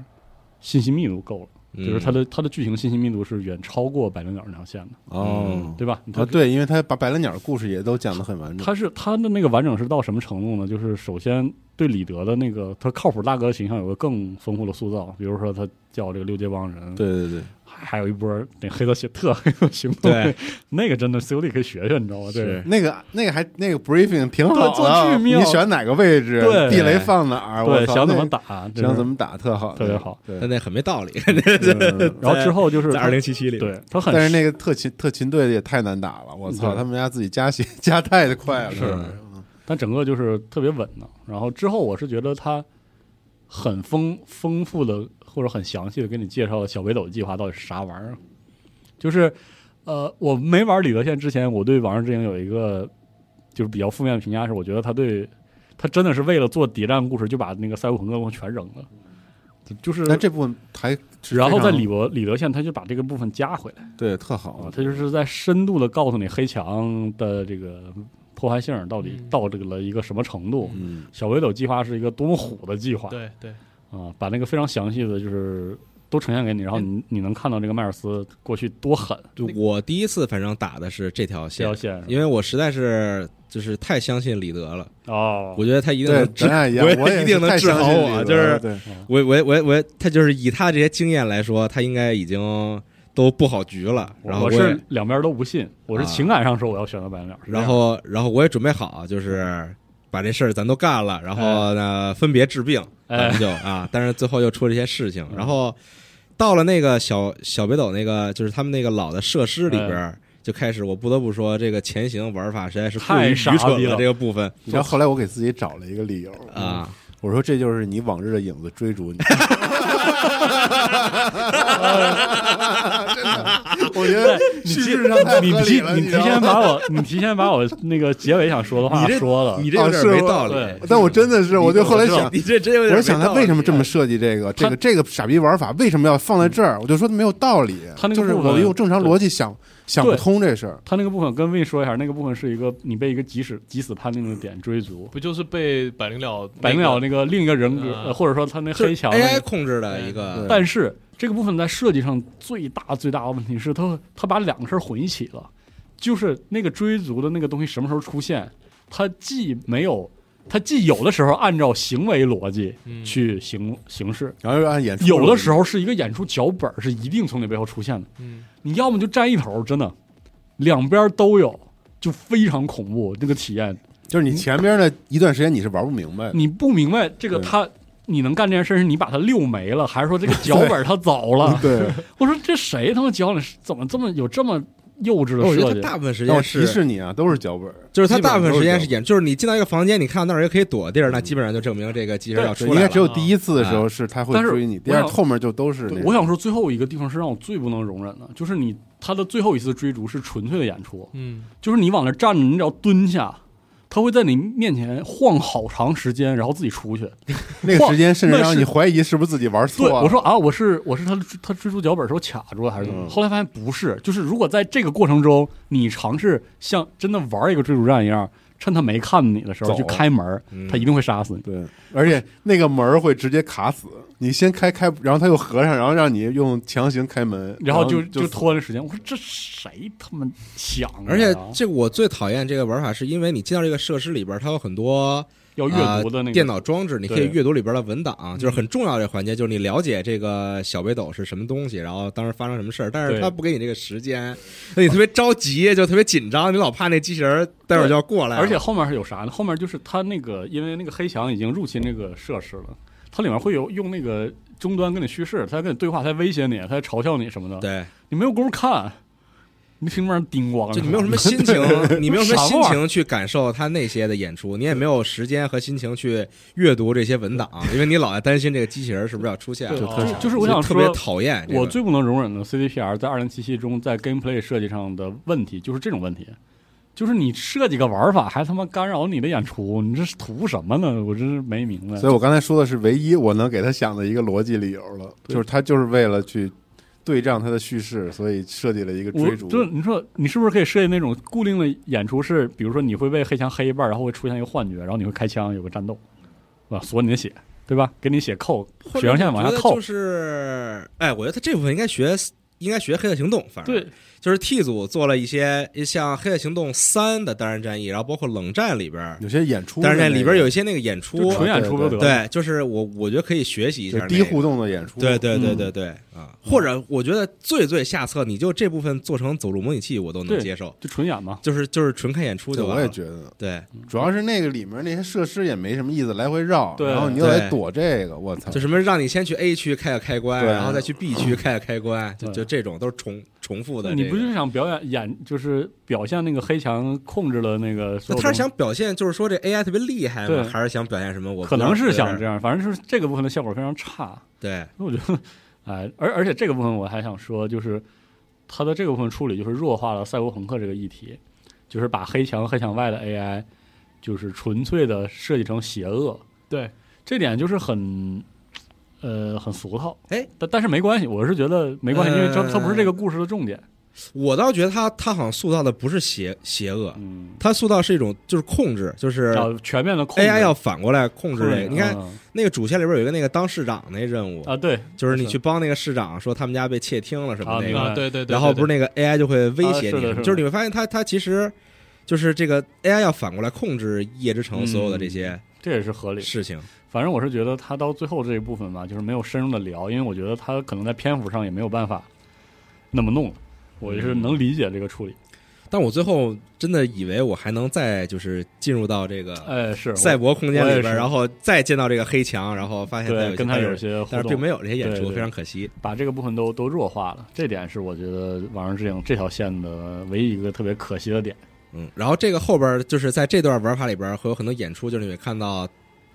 信息密度够了，嗯就是他的他的剧情信息密度是远超过百灵鸟那条线的，哦，对吧？他啊，对，因为他把白蓝鸟的故事也都讲得很完整。嗯他是他的那个完整是到什么程度呢？就是首先对李德的那个他靠谱大哥的形象有个更丰富的塑造，比如说他叫这个六街帮人，对对对，还还有一波那黑色行特黑色行动，对，那个真的 COD 可以学学，你知道吗？这个那个那个还那个 briefing 挺好对做的，剧妙你选哪个位置，对地雷放哪儿，我对，操想怎那么打，这想是怎么打特好，特别好对。但那很没道理，嗯然后之后就是在他二零七七里，对他很但是那个特勤特勤队也太难打了，我操！对他们家自己加血加太快了，是嗯但整个就是特别稳当。然后之后我是觉得他很丰丰富的或者很详细的给你介绍了小北斗计划到底是啥玩意儿，就是呃，我没玩李德宪之前，我对《往日之影》有一个就是比较负面的评价是，我觉得他对他真的是为了做谍战故事，就把那个赛博朋克的东西全扔了，就是但这部分还是然后非在常里伯里德县，他就把这个部分加回来对特啊好，，他就是在深度的告诉你黑墙的这个破坏性到底到这个了一个什么程度。嗯，小北斗计划是一个多么虎的计划，对对，啊，把那个非常详细的就是都呈现给你，然后嗯你你能看到这个迈尔斯过去多狠，就我第一次反正打的是这条这线条，线因为我实在是就是太相信李德了，哦，我觉得他一定对能，治咱。俩一样，我我也也一定能是太治相好信我你了就是对我我我我，他就是以他这些经验来说，他应该已经都布好局了。然后我也是两边都不信，我是啊情感上说我要选择白羊鸟，是这然样后然后我也准备好，就是把这事儿咱都干了，然后呢分别治病，哎咱们就啊，但是最后又出了这些事情，嗯然后到了那个小小北斗那个就是他们那个老的设施里哎边儿。就开始，我不得不说，这个前行玩法实在是过于太愚傻逼蠢了嗯这个部分然后后来我给自己找了一个理由，嗯啊，我说这就是你往日的影子追逐你。 真的，我觉得叙事上太你合理提了，你知道提吗前把我你提前把我那个结尾想说的话你这说了，你这有点哦是没我道理。对但我真的是，我就后来我知道想，你这真有我点没道理。啊是想他为什么这么设计这个这他个这个傻逼玩法，为什么要放在这儿？我就说没有道理，他那个就是部分我用正常逻辑想想不通这事儿。他那个部分跟魏说一下，那个部分是一个你被一个即使即死判定的点追逐，不就是被百灵鸟白鸟那那个另一个人格，啊呃或者说他那 就是黑墙那个 AI 控制的一个对但是这个部分在设计上最大最大的问题是它，它把两个事儿混一起了，就是那个追逐的那个东西什么时候出现，它既没有，它既有的时候按照行为逻辑嗯去行、行事，然后又按演出，有的时候是一个演出脚本儿是一定从你背后出现的，嗯你要么就站一头，真的，两边都有。就非常恐怖，那个体验，就是嗯你前边的一段时间你是玩不明白的，你不明白这个对他，你能干这件事是你把他溜没了，还是说这个脚本儿他走 啊了？对，我说这谁他妈教你？怎么这么有这么幼稚的哦我觉设得计他？大部分时但我间提是示你啊，都是脚本儿，就是他大部分时间是基本演，就是你进到一个房间，你看到那儿一个可以躲的地儿，那基本上就证明这个技术要都是脚本儿出应来该只了。有第一次的时候是他会但是追你，第我二想后面就都是那对种。我想说最后一个地方是让我最不能容忍的，就是你他的最后一次追逐是纯粹的演出，嗯，就是你往那站着，你只要蹲下，他会在你面前晃好长时间，然后自己出去。那个时间，甚至那让是你怀疑是不是自己玩错对，了。我说啊，我是我是他的追他追逐脚本时候卡住了还是怎么？后来发现不是，就是如果在这个过程中，你尝试像真的玩一个追逐战一样，趁他没看你的时候走去开门，他一定会杀死你。对，而且那个门儿会直接卡死，你先开开，然后他又合上，然后让你用强行开门，然后就就死拖那时间。我说这谁他妈想、啊？而且这个我最讨厌这个玩法，是因为你进到这个设施里边，它有很多要阅读的那个、呃电脑装置，你可以对阅读里边的文档，就是很重要的环节，就是你了解这个小北斗是什么东西，然后当时发生什么事儿，但是对他不给你这个时间，那你特别着急，就特别紧张，你老怕那机器人儿待会儿就要过来了，而且后面是有啥呢？后面就是他那个，因为那个黑墙已经入侵那个设施了，它里面会有用那个终端跟你叙事，他跟你对话，他威胁你，他嘲笑你什么的，对，你没有功夫看，你屏幕上叮咣，就你没有什么心 情，你没有什么心啥玩情去感受他那些的演出，你也没有时间和心情去阅读这些文 档，因为你老在担心这个机器人是不是要出现，对，就就是就是我想特说，别讨厌这个。我最不能容忍的 CDPR 在二零七七中在 gameplay 设计上的问题就是这种问题，就是你设计个玩法还他妈干扰你的演出，你这是图什么呢？我真是没明白。所以我刚才说的是唯一我能给他想的一个逻辑理由了，就是他就是为了去对仗他的叙事，所以设计了一个我追逐。就是你说你是不是可以设计那种固定的演出是，比如说你会被黑墙黑一半，然后会出现一个幻觉，然后你会开枪有个战斗，啊，锁你的血，对吧？给你血扣，血上线往下或者我觉得扣就，是哎，我觉得他这部分应该学，应该学《黑色行动》，反正对，就是 T 组做了一些像《黑色行动三》的单人战役，然后包括冷战里边儿，有些演出的单那人个，战里边有一些那个演出就，纯演对出不就对得了？对，就是我我觉得可以学习一下、就那个，是低互动的演出，对对对嗯对对啊！或者我觉得最最下策，你就这部分做成走路模拟器，我都能对接受，就纯演嘛。就是就是纯看演出对，就完我了。也觉得，对，嗯主要是那个里面那些设施也没什么意思，来回绕，对然后你又得对躲这个，我操就！什么让你先去 A 区开个开关，对然后再去 B 区开个开关，就嗯对就这种都是重重复的。你这不个就是想表演演，就是表现那个黑墙控制了那个所那有他东是西？想表现，就是说这 AI 特别厉害对吗？还是想表现什么？我可能是想这这样，反正就是这个部分的效果非常差。对，那我觉得，哎，而而且这个部分我还想说，就是它的这个部分处理，就是弱化了赛博朋克这个议题，就是把黑墙、黑墙外的 AI 就是纯粹的设计成邪恶，对，这点就是很，呃，很俗套。哎，但但是没关系，我是觉得没关系，因为它呃它不是这个故事的重点。我倒觉得他他好像塑造的不是邪邪恶，嗯，他塑造是一种就是控制，就是要全面的控制 AI 要反过来控制控这个。你看嗯那个主线里边有一个那个当市长那任务，啊，对，就是你去帮那个市长说他们家被窃听了什么啊哎那明个白，啊，对对对，然后不是那那个 AI 就会威胁啊是你的是，的就是你会发现它它其实就是这个 AI 要反过来控制夜之嗯城所有的这些这也是合理。事情。反正我是觉得他到最后这一部分吧，就是没有深入的聊，因为我觉得他可能在篇幅上也没有办法那么弄。我就是能理解这个处理。但我最后真的以为我还能再就是进入到这个哎，是我赛博空间我里也边，是然后再见到这个黑墙，然后发现对跟他他有些互但是并动没，有这些演对出，对非常可惜。把这个部分都都弱化了。这点是我觉得《网上之影》这条线的唯一一个特别可惜的点。嗯，然后这个后边就是在这段玩法里边会有很多演出，就是你会看到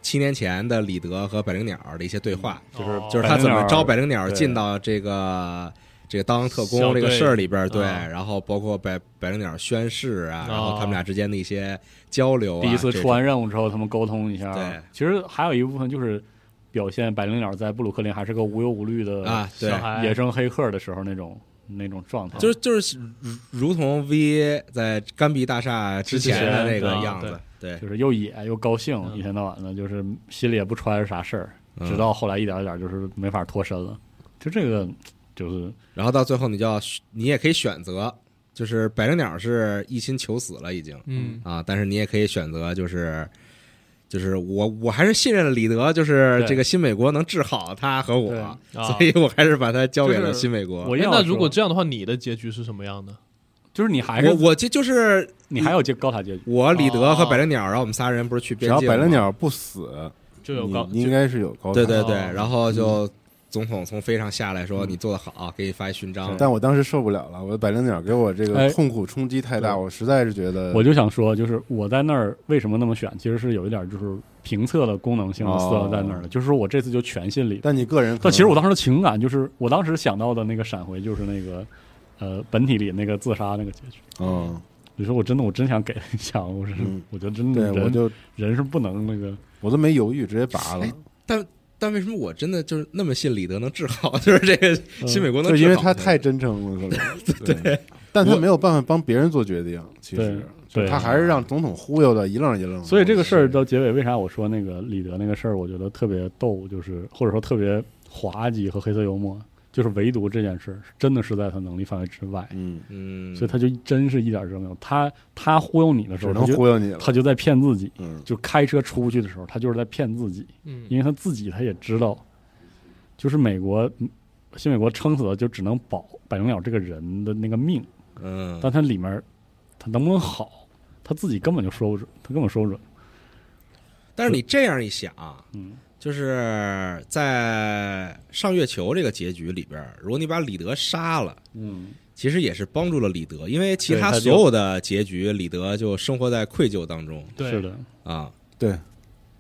七年前的李德和百灵鸟的一些对话，就是哦就是他怎么招百灵鸟对进到这个这个当特工小这个队事儿里边儿，对，啊然后包括百百灵鸟宣誓啊，哦然后他们俩之间的一些交流、啊，第一次这出完任务之后，他们沟通一下。对其实还有一部分就是表现白灵鸟在布鲁克林还是个无忧无虑的种啊，对小，孩野生黑客的时候那种那种状态。就是是就是如如同 V 在甘比大厦之前的那个之前样子，对，就是又野又高兴，嗯一天到晚的，就是心里也不揣着啥事儿，嗯直到后来一点一点就是没法脱身了。就这个就是然后到最后你就要你也可以选择，就是百灵鸟是一心求死了已经，嗯啊，但是你也可以选择就是。就是我，我还是信任了李德，就是对这个新美国能治好他和我，对啊所。以我还是把它交给就了是新美国。我哎要那如果说这样的话，你的结局是什么样的？就是你还我是我这就是你还有接高塔结局，我李德和哦百灵鸟，然后我们仨人不是去只边要境吗？百灵鸟不死，就有高你你应该是有高对对哦对，然后嗯就总统从飞上下来说：“你做的好，给你发一勋章。”但我当时受不了了，我的百灵鸟给我这哎个痛苦冲击太大，对我实在是觉得我就想说，就是我在那儿为什么那么选，其实是有一点就是评测的功能性的思考在那儿的，就是说我这次就全信李但你个人可能，但其实我当时的情感就是，我当时想到的那个闪回就是那个，呃，本体里那个自杀那个结局。嗯，你说我真的，我真想给 他一枪，我是、嗯我觉得真的对，人我就人是不能那个，我都没犹豫，直接拔了哎，但但为什么我真的就是那么信李德能治好？ 就是这个嗯新美国能就治好，因为他太真诚了，可能对，但他没有办法帮别人做决定，其实对就他还是让总统忽悠的一愣一愣的。所以这个事儿到结尾，为啥我说那个李德那个事儿，我觉得特别逗，就是或者说特别滑稽和黑色幽默，就是唯独这件事儿真的是在他能力范围之外，嗯，嗯，所以他就真是一点儿都没有。他他忽悠你的时只候，能他就忽悠你了。他就在骗自己，嗯，就开车出去的时候，他就是在骗自己。嗯因为他自己他也知道，就是美国嗯新美国撑死了就只能保百灵鸟这个人的那个命，嗯，但他里面他能不能好，他自己根本就说不准，他根本说不准。但是你这样一想，嗯，就是在上月球这个结局里边，如果你把李德杀了。嗯，其实也是帮助了李德，因为其对他他就所有的结局，李德就生活在愧疚当中对是的。啊。对，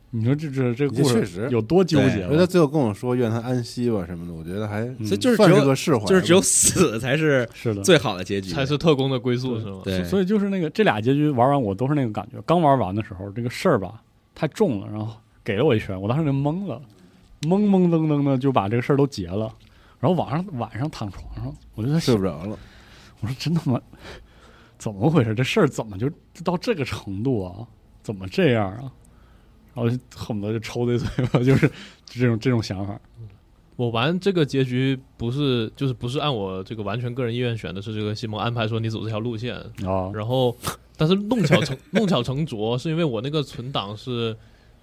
你说这这这个故也确实事有多纠结因为他啊？最后跟我说愿他安息吧什么的，我觉得还嗯所以就是只算是有个释怀吧，就是只有死才是是的，最好的结局，才是特工的归宿是吗？对。所以就是那个这俩结局玩完，我都是那个感觉。刚玩完的时候，这个事儿吧太重了，然后给了我一拳，我当时就懵了，懵懵登登的就把这个事儿都结了。然后晚上晚上躺床上，我就在想睡不着了。我说真他妈怎么回事？这事儿怎么就到这个程度啊？怎么这样啊？然后就恨不得就抽他嘴巴， 就是这种这种想法。我玩这个结局不是就是不是按我这个完全个人意愿选的，是这个西蒙安排说你走这条路线，啊，然后但是弄巧 成弄巧成拙，是因为我那个存档是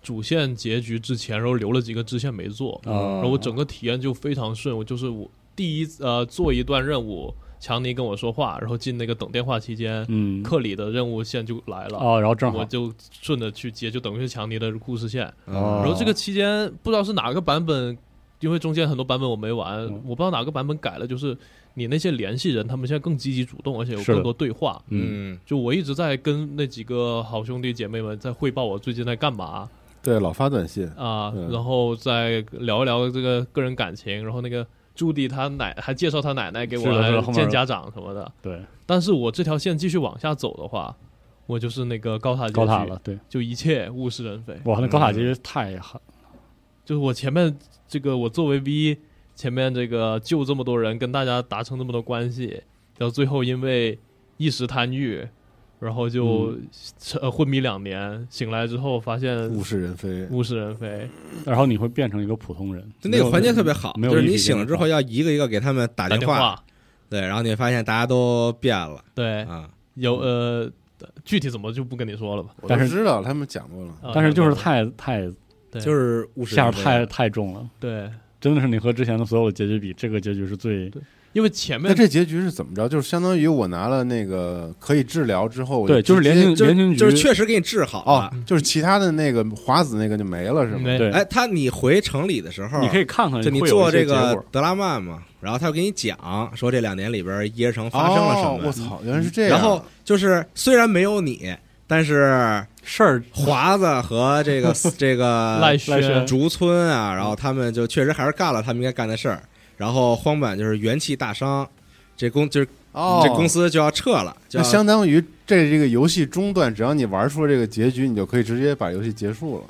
主线结局之前，然后留了几个支线没做，啊然后我整个体验就非常顺，我就是我第一呃做一段任务，强尼跟我说话，然后进那个等电话期间，嗯克里的任务线就来了。啊，然后正我好就顺着去接，就等于是强尼的故事线。哦啊然后这个期间不知道是哪个版本，因为中间很多版本我没玩，嗯我不知道哪个版本改了，就是你那些联系人他们现在更积极主动，而且有是的更多对话。嗯，就我一直在跟那几个好兄弟姐妹们在汇报我最近在干嘛对，老发短信，啊、嗯然后再聊一聊这个个人感情，然后那个朱迪他奶还介绍他奶奶给我是的是的来后面见有家长什么的。对但是我这条线继续往下走的话，我就是那个高塔结局高塔了，，对，就一切物是人非。哇，那高塔其实太狠，就是我前面这个，我作为 V，前面这个救这么多人，跟大家达成这么多关系，到最后因为一时贪欲，然后就、呃昏迷两年，醒来之后发现物是人非，物是人非，然后你会变成一个普通人。就那个环节特别好，没有就是一你体醒了之后要一个一个给他们打打电电话，对，然后你发现大家都变了对，啊，有呃具体怎么就不跟你说了吧。我但都是知道他们讲过了，啊但是就是太太对就是物是下人边非太太重了，对，真的是你和之前的所有的结局比，这个结局是最因为前面那这结局是怎么着？就是相当于我拿了那个可以治疗之后，我对，就是直接联军就联是啊军就是局确实给你治好哦了。，就是其他的那个华子那个就没了是吗？没对哎，他你回城里的时候，你可以看看，就你啊会有做一些这结个果德拉曼嘛，然后他给你讲说这两年里边耶城发生了哦什我么，嗯操，原来是这啊样。然后就是虽然没有你，但是事儿华子和 这个这赖个轩轩竹村啊，然后他们就确实还是干了他们应该干的事儿，然后荒坂就是元气大伤，这公就是哦，这公司就要撤了，就那要相当于这这个游戏中断，只要你玩出了这个结局，你就可以直接把游戏结束了，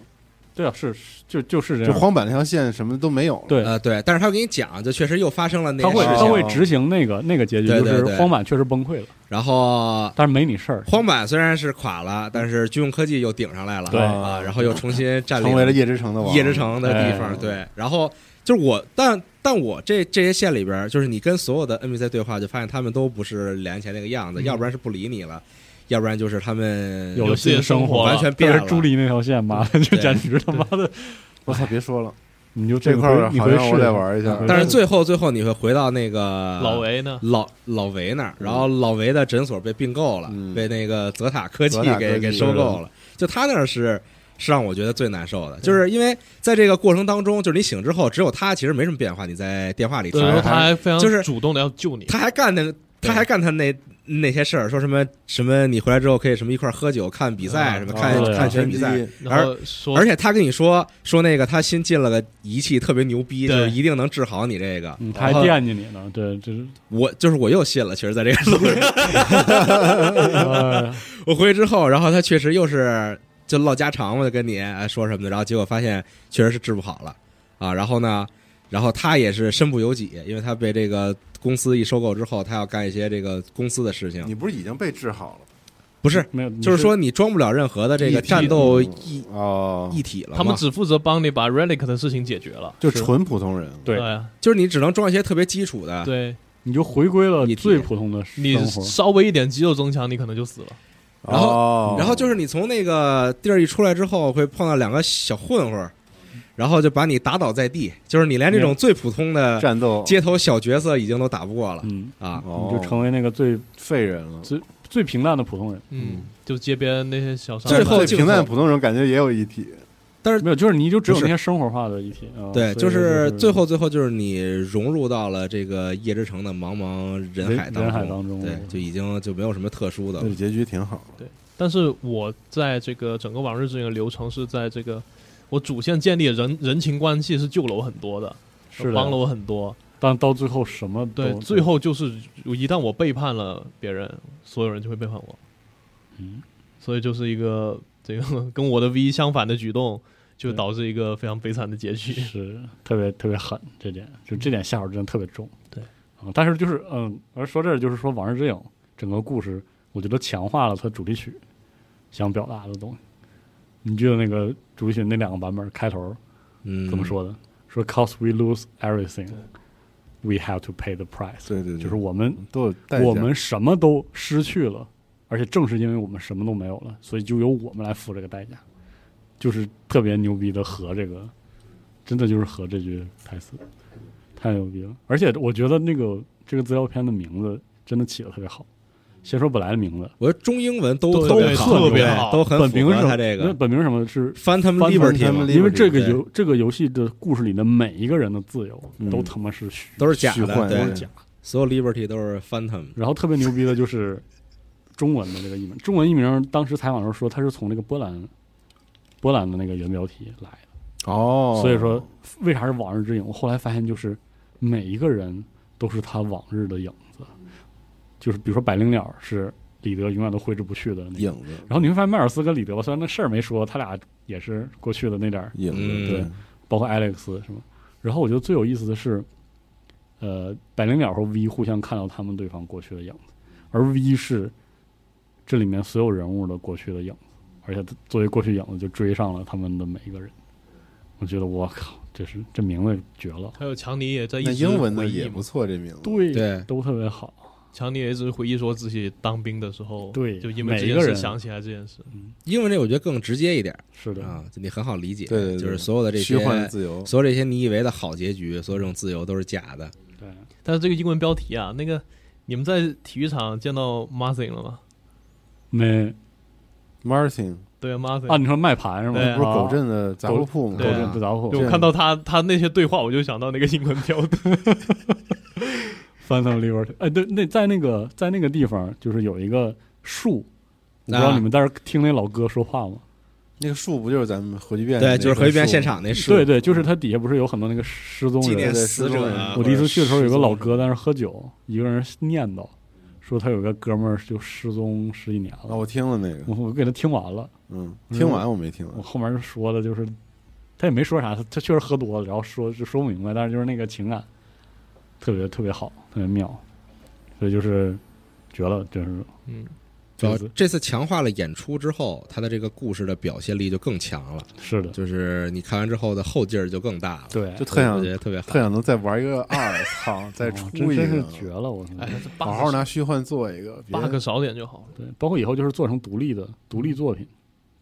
对啊，是是就就是这就啊样，荒坂那条线什么都没有了。对，呃对，但是他给你讲，就确实又发生了那他个会事他情，会执行那个那个结局，对就对是对荒坂确实崩溃了，然后但是没你事儿，荒坂虽然是垮了，但是军用科技又顶上来了，对啊，然后又重新占领成为了夜之城的王。夜之城的地方，哎对。然后就是我，但但我这这些线里边儿，就是你跟所有的 NPC 对话，就发现他们都不是两年前那个样子，要不然是不理你了，要不然就是他们有了自己新的生生活完了，全变但是了。朱莉那条线，妈的， 就对简直他妈的，我操，别说了，你就这个块儿你好回像试我得，玩一下。嗯但是最后最后你会回到那个老维呢，老老维那儿，然后老维的诊所被并购了，嗯被那个泽塔科技泽塔科技给给收购了。就他那儿是是让我觉得最难受的，就是因为在这个过程当中，就是你醒之后，只有他其实没什么变化，你在电话里对，听然后他还非常就是主动的要救你，他还干那个，他还干他那那些事儿，说什么什么你回来之后可以什么一块儿喝酒、看比赛，啊什么哦看、对啊看拳比赛，拳击然后说而且他跟你说说那个他新进了个仪器特别牛逼，就对是一定能治好你这个。嗯，他还然后惦记你呢，对，这 是，我就是我又信了，其实在这个路上，哎我回去之后，然后他确实又是就唠家常嘛，就跟你哎说什么的，然后结果发现确实是治不好了啊。然后呢，然后他也是身不由己，因为他被这个公司一收购之后，他要干一些这个公司的事情，你不是已经被治好了？不是没有，你就是说你装不了任何的这个一体战斗嗯一哦，一体了嘛，他们只负责帮你把 relic 的事情解决了，啊就是纯普通人。对就是你只能装一些特别基础啊的，对，你就回归了一体最普通的生你活，稍微一点肌肉增强，你可能就死了。然后哦然后就是你从那个地儿一出来之后，会碰到两个小混混儿，然后就把你打倒在地，就是你连这种最普通的战斗街头小角色已经都打不过了嗯，啊！哦你就成为那个最废人了。最平淡的普通人，嗯，就街边那些小商最贩，后最镜平淡头的普通人感觉也有一体。没有，就是你就只有不是那些生活化的一体，啊对，所以就就是最后最后就是你融入到了这个夜之城的茫茫人海人人海当当中对，就已经就没有什么特殊的这了个。结局挺好。但是我在这个整个往日之影的流程是在这个我主线建立的人人情关系是救了我很多的，是的帮了我很多。但到最后什么都对，最后就是一旦我背叛了别人，所有人就会背叛我，嗯所以就是一个这个跟我的 V 相反的举动，就对导致一个非常悲惨的结局。是特别特别狠，这点就这点下手真的特别重。对嗯，但是就是嗯，而说这儿就是说《往日之影》整个故事，我觉得强化了它主题曲想表达的东西。你记得那个主题曲那两个版本开头嗯，怎么？说的？说 “Cause we lose everything, we have to pay the price。”对对对，就是我嗯们都有代价我们什么都失去了，而且正是因为我们什么都没有了，所以就由我们来付这个代价，就是特别牛逼的和这个，真的就是和这句台词，太牛逼了！而且我觉得那个这个资料片的名字真的起的特别好。先说本来的名字，我觉得中英文都都特别对好特别对好都很本符名是合什么他这那个本名是什么是 Phantom Phantom Liberty 嘛 Liberty 因为这个对游这个游戏的故事里的每一个人的自由嗯都他妈是虚，都是假虚的，幻都对是对，假所有 Liberty 都是 Phantom。然后特别牛逼的就是中文的这个译名，中文译名当时采访的时候说他是从那个波兰波兰的那个原标题来的，哦，所以说为啥是往日之影？我后来发现就是每一个人都是他往日的影子，就是比如说百灵鸟是里德永远都挥之不去的那个。影子，然后你会发现迈尔斯跟里德吧，虽然那事儿没说，他俩也是过去的那点儿，影嗯子，对，包括 Alex 什么。然后我觉得最有意思的是，呃，百灵鸟和 V 互相看到他们对方过去的样子，而 V 是这里面所有人物的过去的影子，而且他作为过去影子就追上了他们的每一个人。我觉得我靠，这是这名字绝了，还有强尼也在一那直英文的回忆也嘛不错，这名字，对对都特别好。强尼也一直回忆说自己当兵的时候，对就因为这每一件个事人想起来这件事，英文这我觉得更直接一点是的，啊，就你很好理解，对对对就是所有的这些虚幻的自由，所有这些你以为的好结局，所有这种自由都是假的。对，但是这个英文标题啊，那个你们在体育场见到 Martin 了吗？没 Martin 对，Martin 啊？你说卖盘是吗？对啊不是啊狗镇的杂货铺吗？狗对啊镇不杂货就铺我对看到他他那些对话，我就想到那个英文标题。 ，Phantom Liberty。哎，对，那在那个在那个地方，就是有一个树，我不知道啊你们在这儿听那老哥说话吗？那个树不就是咱们核聚变对，就是核回避现场那树，对对，就是它底下不是有很多那个失踪纪念人？死者啊。我第一次去的时候，有个老哥的，在那儿喝酒，一个人念叨，说他有个哥们儿就失踪十几年啊，了。我听了那个，我我给他听完了，嗯，听完我没听我完，后面说的就是，他也没说啥，他他确实喝多了，然后说就说不明白，但是就是那个情感特别特别好，特别妙，所以就是绝了，真是嗯，主要这次强化了演出之后，他的这个故事的表现力就更强了，是的，就是你看完之后的后劲儿就更大了。对，啊就特想我觉得特别好特。想能再玩一个二， 操，再哦出真一真是个，绝了，我哎，这 bug 嗯好好拿啊虚幻做一个，别 bug 少点就好了。对，包括以后就是做成独立的独嗯立作品。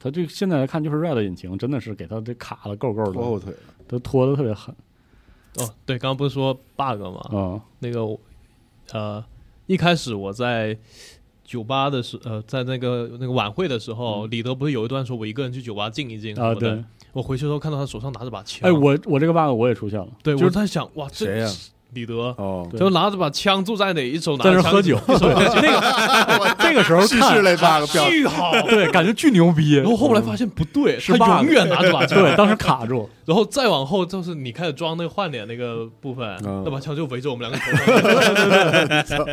他这现在来看，就是 Red 引擎真的是给他这卡的够够拖后的，腿了。都拖的特别狠哦，对，刚刚不是说 bug 吗？啊、那个我呃，一开始我在酒吧的时，呃，在那个那个晚会的时候，李德不是有一段说我一个人去酒吧静一静什嗯啊！么的对，我回去的时候看到他手上拿着把枪，哎，我我这个 bug 我也出现了，对，就我是在想，哇，这谁呀李德。哦，对就拿着把枪，坐在那一手拿在着那枪喝酒，一手拿着 这个时候 叙事看类 bug 表啊巨好。 嗯对，感觉巨牛逼，然后后 来发现不对，嗯是他 bug 永远 拿着把枪。对，当时卡住，然后再往后就是你开始装那个换脸那个部分，嗯那把枪就围着我们两个头上。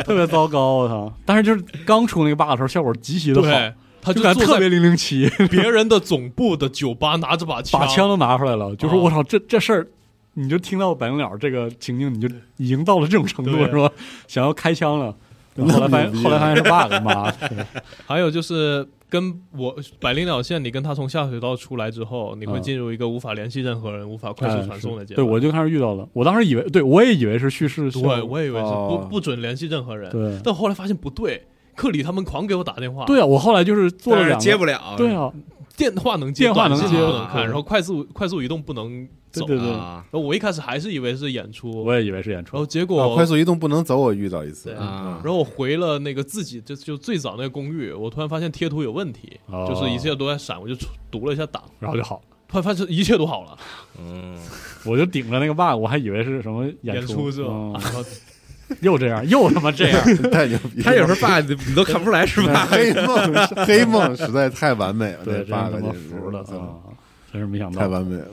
特别糟糕，我操！但是就是刚出那个 bug 的时候，效果极其的对好，，他就就感觉坐特在别零零七，别人的总部的酒吧拿着把枪，把枪都拿出来了，就说啊我操，这这事儿，你就听到白灵鸟这个情境，你就已经到了这种程度对是吧？想要开枪 了，后来发现后来发现是 bug，妈的，还有就是跟我百灵鸟线，你跟他从下水道出来之后，你会嗯进入一个无法联系任何人、无法快速传送的哎是阶对，段。我就开始遇到了，我当时以为，对我也以为是叙事效果，对，我以啊为是不哦不准联系任何人，对但后来发现不对，克里他们狂给我打电话，对啊，我后来就是做了但是两个接不了，对啊，电话能接，电话能短信接不能看，对然后快速快速移动不能对走。哦对对，啊然后我一开始还是以为是演出，我也以为是演然后出，结啊，果快速移动不能走，我遇到一次对啊然，后我回了那个自己就就最早那个公寓，我突然发现贴图有问题，哦就是一切都在闪，我就读了一下档，然后就好了，突然发现一切都好了，嗯，我就顶着那个 bug，我还以为是什么演出是吧？嗯啊又这样，又他妈这 样，太牛 逼了！他有时候 bug 你都看不出来是吧？ 黑梦，黑梦实在太完美了，对，真是那他 bug 妈简直服了嗯操啊！真是没想太到，完美了。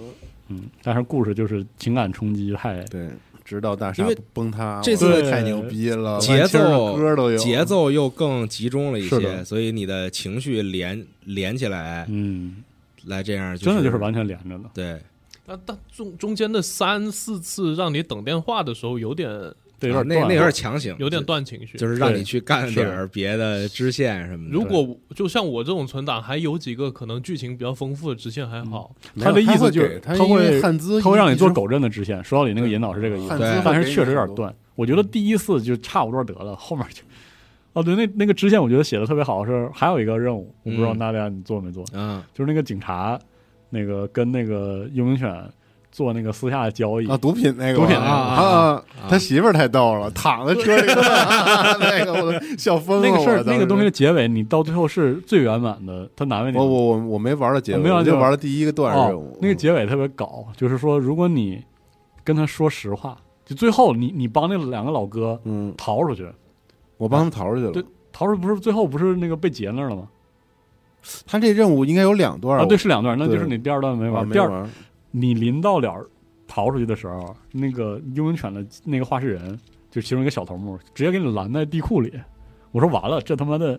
嗯，但是故事就是情感冲击太对，直到大厦因为崩塌，这次我太牛逼了，节奏万青的歌都有节，奏又更集中了一是些，的所以你的情绪连连起来，嗯，来这样真的就就是完全连着啊的。对，但但中中间的三四次让你等电话的时候，有点对，啊有那点断那有了点强行，有点断情绪。就是是让对你去干点儿别的支线什么的。如果我就像我这种存档，还有几个可能剧情比较丰富的支线还嗯好，没他有的意思就会给是他他因为会汉字他会让你做一直狗镇的支线。说到底，那个引导是这个意汉思，字对会但给是你确实有点很多。断。嗯我觉得第一次就差不多得了，后面就。哦，对，那那个支线我觉得写的特别好，是还有一个任务，我不知道嗯娜迪亚你做没做，啊，就是那个警察，那个跟那个幽冥犬做那个私下的交易啊，毒品那个吧，毒品那个啊啊，他媳妇儿太逗了，躺在车里，啊 那个我都笑疯了。那个事我儿，当那时个东西的结尾，你到最后是最圆满的，他难为你。我我我我没玩到结啊尾，没玩我到结就尾玩了第一个段任哦务，。那个结尾特别搞，就是说，如果你跟他说实话，就最后你你帮那两个老哥嗯，逃出去，我帮他们逃出去对了。逃出去不是最后不是那个被劫那儿了吗？他这任务应该有两段啊，我对，是两段，那对就是你第二段没我玩。没第二，啊玩。你临到了逃出去的时候，那个幽灵犬的那个化石人，就其中一个小头目，直接给你拦在地库里。我说完了，这他妈的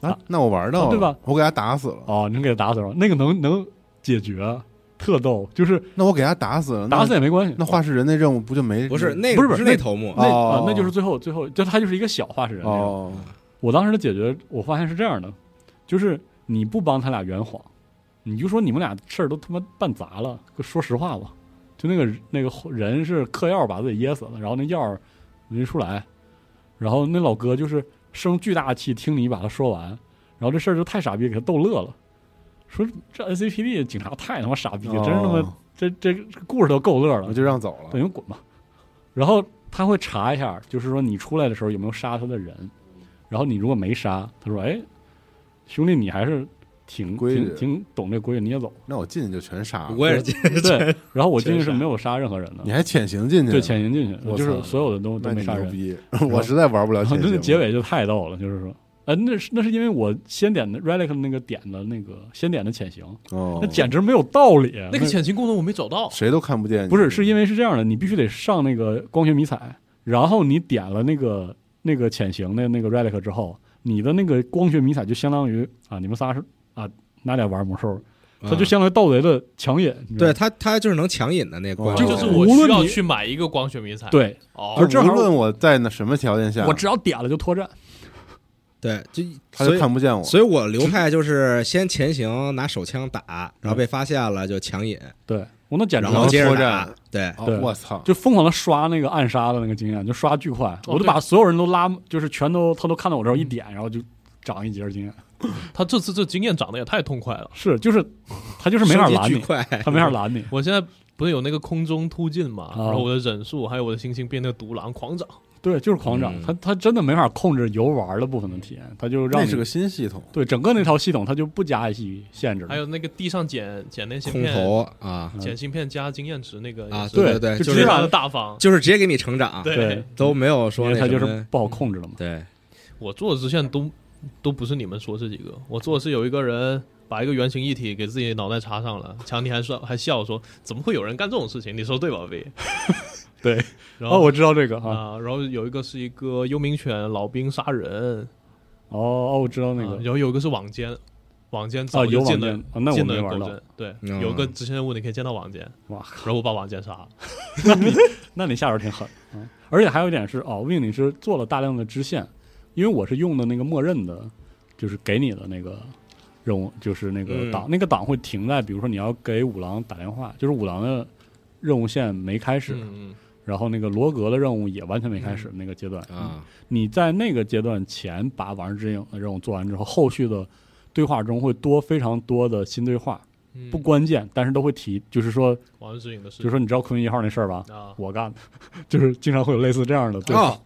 啊，那我玩到哦了，对吧？我给他打死了，哦，能给他打死了，那个能能解决，特逗，就是那我给他打死了，那打死也没关系。那化石人那任务不就没不是那嗯不是个不是那那头目那、啊哦那就是最后最后，就他就是一个小化石人、那个哦我当时的解决，我发现是这样的，就是你不帮他俩圆谎，你就说你们俩事儿都他妈办砸了，说实话吧。就那个那个人是嗑药把自己噎死了，然后那药儿没出来，然后那老哥就是生巨大的气听你把他说完，然后这事儿就太傻逼，给他逗乐了，说这 NCPD 警察太他妈傻逼了，真是他妈哦这这这故事都够乐我了，就让走等了，于滚吧。然后他会查一下，就是说你出来的时候有没有杀他的人，然后你如果没杀，他说：“哎，兄弟，你还是挺规矩挺挺懂这规矩，你也 走。那我进去就全杀了，我也是”对，然后我进去是全杀没有杀任何人的你，还潜行进去，对，潜行进去，我就操是所有的都那都你没杀牛人。 逼，我实在玩不了然后潜 那行个了，结尾就太逗了，就是说，呃，那是那是因为我先点的 relic 的那个点的那个先点的潜行，哦那，简直没有道理。啊那个潜行功能我没找到，谁都看不见你，不是，是因为是这样的，你必须得上那个光学迷彩，然后你点了那个那个潜行的那个 relic 之后，你的那个光学迷彩就相当于啊，你们仨是啊，哪俩玩魔兽，它就像相当于盗贼的强引，你知道对吗他他就是能强引的那关，哦这就就是无我啊论需要你去买一个光学迷彩。，对，哦而，就正好无论我在那什么条件下，我只要点了就脱战，对，就他所就以看不见我，所以我流派就是先前行拿手枪打，然后被发现了就强引，对我那简直然后后接着脱打战，对，哦对我操，就疯狂的刷那个暗杀的那个经验，就刷巨快，我就对把所有人都拉，就是全都他都看到我这儿一点，然后就长一截经验，他这次这经验涨得也太痛快了。是就是他就是没法升级拦巨你，快，他没法拦你，我现在不是有那个空中突进嘛，啊然后我的忍术还有我的星星变那个独狼狂涨，对，就是狂涨，嗯他他真的没法控制游玩的部分的体验，他就让那你是个新系统，对整个那套系统，它就不加一些限制了，还有那个地上捡捡那芯空片，投啊捡芯片加经验值那个啊，也是对对对，就就非直接是把常的大方。就是直接给你成长，对，都没有因说为那它就什么是不嗯好控制了嘛。对，啊我做的支线都都不是你们说这几个，我做的是有一个人把一个圆形一体给自己脑袋插上了，强尼 还说还笑说怎么会有人干这种事情？你说对吧，V？对，哦，然后、我知道这个啊，啊，然后有一个是一个幽冥犬老兵杀人，哦哦，我知道那啊个然后有一个是网监，网监啊，早有就网进店了。啊，那我进没了玩狗到，镇，对，嗯有个执行任务你可以见到网监，哇，然后我把网监杀了。那你下手挺狠啊。而且还有一点是，哦，Win 你是做了大量的支线，因为我是用的那个默认的，就是给你的那个任务，就是那个嗯档，那个档会停在，比如说你要给五郎打电话，就是五郎的任务线没开始，嗯，嗯然后那个罗格的任务也完全没开始、那个阶段啊，你在那个阶段前把《往日之影》的任务做完之后，后续的对话中会多非常多的新对话，嗯不关键，但是都会提，就是说，网上指引的事就是说你知道昆一号那事儿吧？啊，我干的， 就是经常会有类似这样的对话。哦，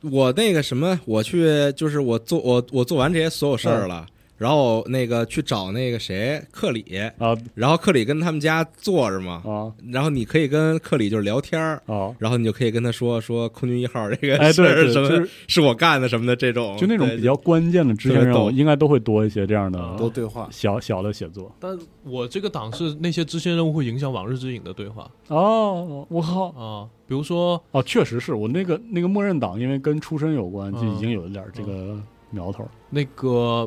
我那个什么，我去就是我做我我做完这些所有事儿了。然后那个去找那个谁克里，啊然后克里跟他们家坐着嘛，啊然后你可以跟克里就是聊天儿，啊！然后你就可以跟他说说空军一号这个 哎，事对儿对，什么、就是是哦我干的什么的这种，就那种对比较关键的支线任特别务，逗应该都会多一些这样的啊都对话，嗯小小的写作。但我这个档是那些支线任务会影响往日之影的对话哦，我靠！啊，比如说哦，确实是我那个那个默认档，因为跟出身有关，就嗯已经有一点这个苗头。那个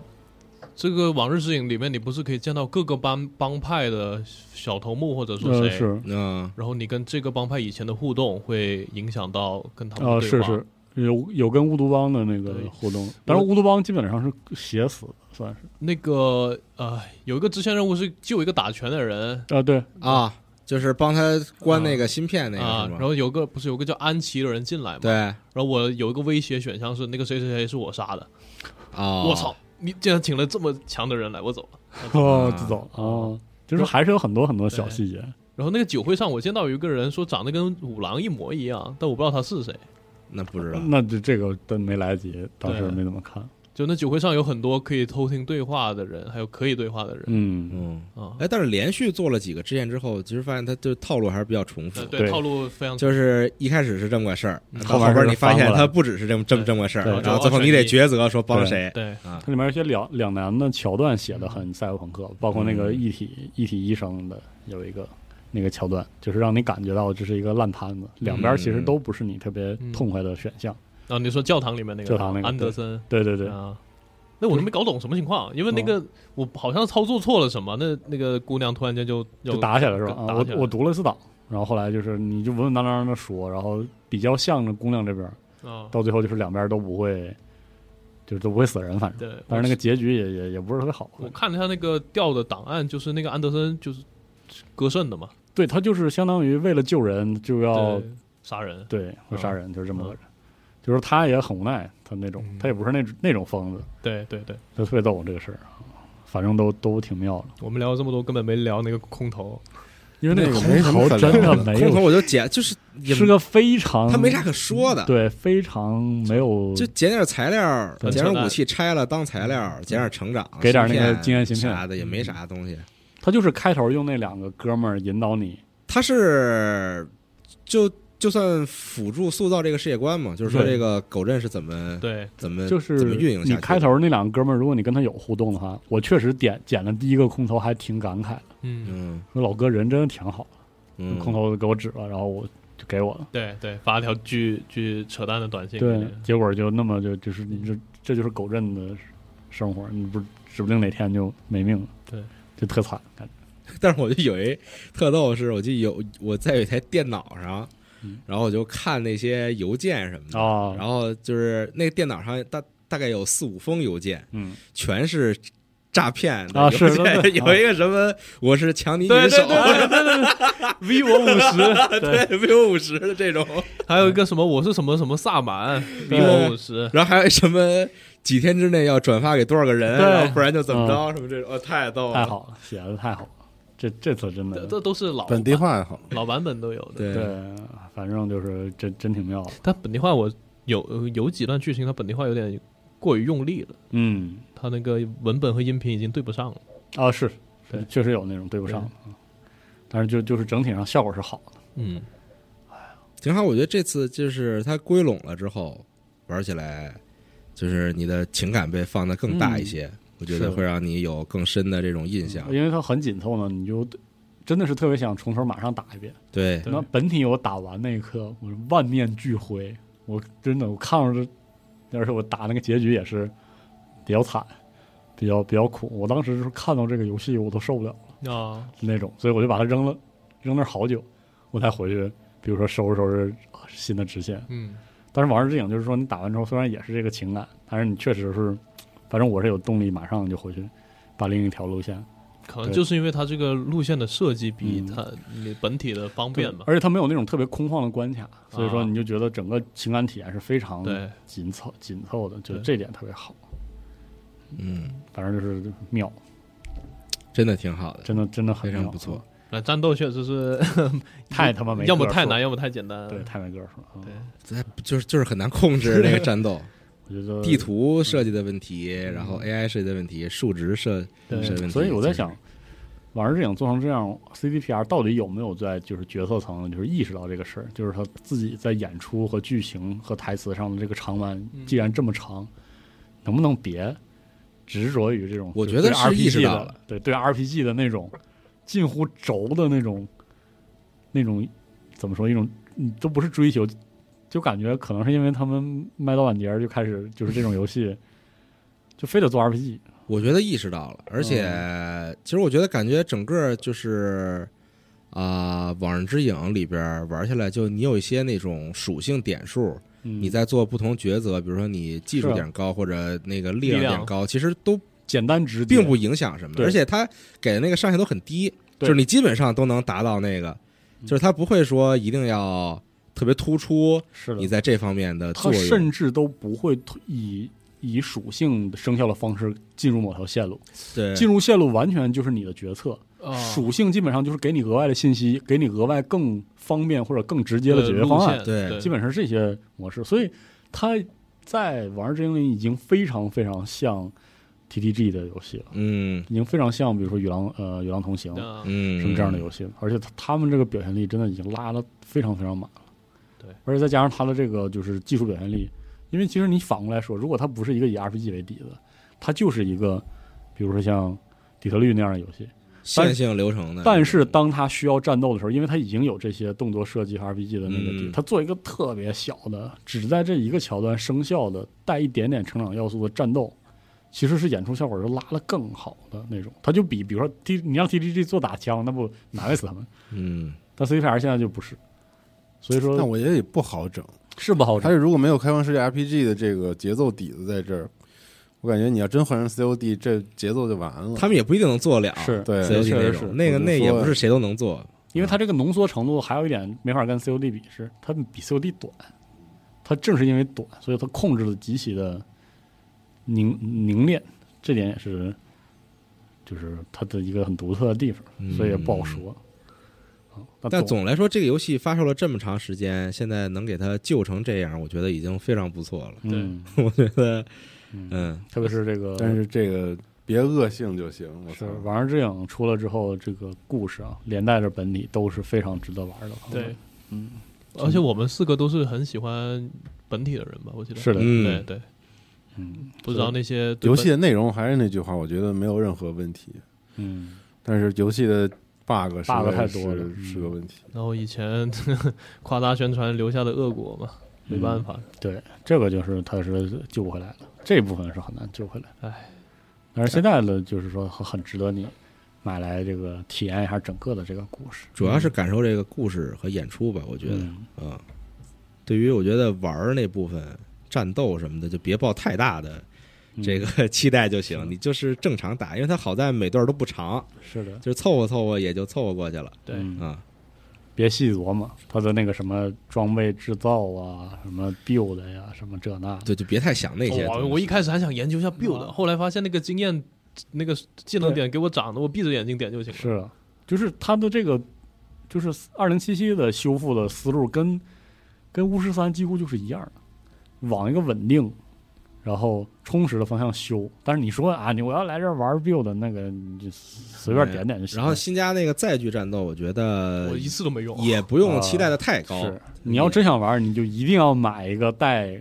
这个《往日之影》里面，你不是可以见到各个帮帮派的小头目或者说呃，谁？是嗯然后你跟这个帮派以前的互动，会影响到跟他们啊，的对是话。是有有跟乌毒帮的那个对互动，但是乌毒帮基本上是写死的，算是那个呃，有一个支线任务是救一个打拳的人啊，对啊，就是帮他关那个芯片那啊个，然是吗？后有个不是有个叫安琪的人进来嘛？对。然后我有一个威胁选项是那个谁谁谁是我杀的，啊，我操！你竟然请了这么强的人来，我走了。 哦，嗯啊就走啊，就是还是有很多很多小细节然后那个酒会上，我见到有一个人说长得跟五郎一模一样，但我不知道他是谁。啊那不知道，那这这个真没来得及，当时没怎么看，就那酒会上有很多可以偷听对话的人，还有可以对话的人嗯，嗯，啊、哎，但是连续做了几个支线之后，其实发现他就套路还是比较重复呃，对对，套路非常就是一开始是这么个事儿，嗯后到边边是你发翻现过来他不只是这么这么这么个事儿对，然后最后你得抉择说帮谁，对，它里面有些两两难的桥段写的很赛博朋克，包括那个嗯一体一体医生的有一个。那个桥段就是让你感觉到这是一个烂摊子，两边其实嗯都不是你特别痛快的选项。嗯然后你说教堂里面那个教堂那个安德森对对对，啊，那我就没搞懂什么情况，因为那个、我好像操作错了什么，那那个姑娘突然间就就就打起来是吧？打啊起我来了我读了一次档，然后后来就是你就稳稳当当的说，然后比较像着姑娘这边，啊，到最后就是两边都不会，就是都不会死人，反正。对，但是那个结局也也也不是特别好。我看了一下那个调的档案，就是那个安德森就是割肾的嘛，对他就是相当于为了救人就要对，杀人，对会杀人，就是这么嗯个人。就是他也很无奈，他那种嗯他也不是那那种疯子，对对对，他特别逗这个事儿，啊反正都都挺妙的。我们聊了这么多，根本没聊那个空投，因为那那个个没什么空可投真聊的的没空投有，我就解，就是也是个非常他没啥可说的，对非常没有就捡点材料，对捡点武器拆了当材料，捡点成长，给点那个芯片经验芯片嗯啥的，也没啥东西。他就是开头用那两个哥们儿引导你，他是就就算辅助塑造这个世界观嘛，就是说对这个狗镇是怎么对，怎么就是呃怎么运营下去你的。开头那两个哥们儿，如果你跟他有互动的话，我确实点捡了第一个空投，还挺感慨的，嗯，嗯说老哥人真的挺好，嗯，空投给我指了，然后我就给我了，对对，发了条巨巨扯淡的短信，对，结果就那么就就是你这这就是狗镇的生活，你不指不定哪天就没命了，对，就特惨感觉， 但是我就有一特逗的是，我就有我在有一台电脑上嗯，然后我就看那些邮件什么的，哦然后就是那个电脑上大大概有四五封邮件，嗯，全是诈骗的啊邮件是对对 有一个什么我是强尼你对的对手对对，V 我五十，对，对 vivo 五十的这种，还有一个什么我是什么什么萨满，V 嗯对我五十，然后还有什么几天之内要转发给多少个人，对嗯然后不然就怎么着什么这种，哦，太逗 了，太好了，写的太好了，这这次真这的这都是老本地化也好，老版本都有的，对对，反正就是真真挺妙的，但本地化我有呃有几段剧情，它本地化有点过于用力了，嗯，它那个文本和音频已经对不上了。啊是，对对，确实有那种对不上的，嗯但是就就是整体上效果是好的，嗯，挺好。我觉得这次就是它归拢了之后，玩起来就是你的情感被放得更大一些，我觉得嗯是会让你有更深的这种印象。因为它很紧凑呢，你就真的是特别想从头马上打一遍。对，对那本体我打完那一刻，我是万念俱灰，我真的我看着这，而且我打那个结局也是比较惨，比较比较苦。我当时就是看到这个游戏我都受不了了啊，那种，所以我就把它扔了，扔那儿好久，我才回去，比如说收拾收拾啊新的支线。嗯，但是《王者之影》就是说，你打完之后虽然也是这个情感，但是你确实是，反正我是有动力马上就回去把另一条路线可能对就是因为它这个路线的设计比嗯它你本体的方便吧。啊而且它没有那种特别空旷的关卡，所以说你就觉得整个情感体验是非常对紧凑紧凑的，就对这点特别好。嗯，反正就是妙，真的挺好的，真的真的很非妙常不错。。那战斗确实是 太他妈没要么么太难，，要么太简单。对，太没歌说了。嗯对这就是就是很难控制这个 战斗，我觉得地图设计的问题，然后 AI 设计的问题，数值设对设计的问嗯题。所以我在想，《网上之影》做成这样，CDPR 到底有没有在就是决策层就是意识到这个事儿？就是他自己在演出和剧情和台词上的这个长板，既然这么长，能不能别执着于这种？我就觉得对是意识 RPG 到的了，对对 RPG 的那种近乎轴的那种那种怎么说一种嗯都不是追求，就感觉可能是因为他们卖到碗碟儿就开始就是这种游戏。就非得做 RPG，我觉得意识到了，而且、嗯其实我觉得感觉整个就是啊，网上之影》里边玩下来，就你有一些那种属性点数，嗯、你在做不同抉择，比如说你技术是啊点高或者那个力力量点高，其实都简单直接并不影响什么，对而且它给的那个上限都很低，就对嗯是你基本上都能达到那个，就是它不会说一定要特别突出是的你，在这方面的它作用。甚至都不会推以以属性生效的方式进入某条线路，对，进入线路完全就是你的决策，啊，属性基本上就是给你额外的信息，给你额外更方便或者更直接的解决方案，对对，基本上是这些模式，所以它在《玩儿之英》里已经非常非常像 TTG 的游戏了，嗯已经非常像比如说《与狼》呃《与狼同行》啊嗯，什么这样的游戏了，而且他他们这个表现力真的已经拉的非常非常满了。对，而且再加上他的这个就是技术表现力，因为其实你反过来说，如果它不是一个以 RPG 为底子，它就是一个比如说像底特律那样的游戏，线性流程的，但是当它需要战斗的时候，因为它已经有这些动作设计和 RPG 的那个底，嗯它做一个特别小的，只在这一个桥段生效的带一点点成长要素的战斗，其实是演出效果是拉的更好的那种。他就比比如说 T，你让 TDG 做打枪，那不难为死他们。嗯，但 CPR 现在就不是，所以但说我觉得也不好整。是不好它如果没有开放世界 RPG 的这个节奏底子在这儿，我感觉你要真换成 COD，这节奏就完了。他们也不一定能做得了，是对 COD 确那实种是那个我就那也说不是谁都能做，因为它这个浓缩程度还有一点没法跟 COD 比是，它比 COD 短，它正是因为短，所以它控制的极其的凝凝练，这点也是就是它的一个很独特的地方，所以也不好说。啊但总来说，这个游戏发售了这么长时间，现在能给它救成这样，我觉得已经非常不错了。嗯，我 觉得，嗯，特别是这个， 但是这个别恶性就行。我是操， 《玩儿之影》出了之后，这个故事啊，连带着本体都是非常值得玩的。对，嗯，而且我们四个都是很喜欢本体的人吧，我记得是的嗯对对，嗯不知道那些对游本戏的内容还是那句话，我觉得没有任何问题，嗯，但是游戏的 bug 实在 bug 太多了是嗯是个问题。然后以前 夸大宣传留下的恶果嘛，没办法，对，这个就是它是救不回来了，这部分是很难救回来。唉，但是现在的就是说很很值得你买来这个体验一下整个的这个故事。主要是感受这个故事和演出吧，我觉得，嗯嗯，对于我觉得玩儿那部分战斗什么的，就别抱太大的这嗯个期待就行，你就是正常打，因为它好在每段都不长，是的，就是凑合凑合也就凑合过去了。对，嗯啊，别细琢磨它的那个什么装备制造啊，什么 build 呀、什么这那的。对，就别太想那哦些东西。我哦我一开始还想研究一下 build，后嗯来发现那个经验那个技能点给我涨的，我闭着眼睛点就行了。是的，就是它的这个，就是二零七七的修复的思路跟跟巫师三几乎就是一样的，往一个稳定，然后充实的方向修。但是你说啊，你我要来这儿玩 build 那个，你就随便点点就行。然后新加那个载具战斗，我觉得我一次都没用，啊也不用期待的太高。啊是你要真想玩，你就一定要买一个带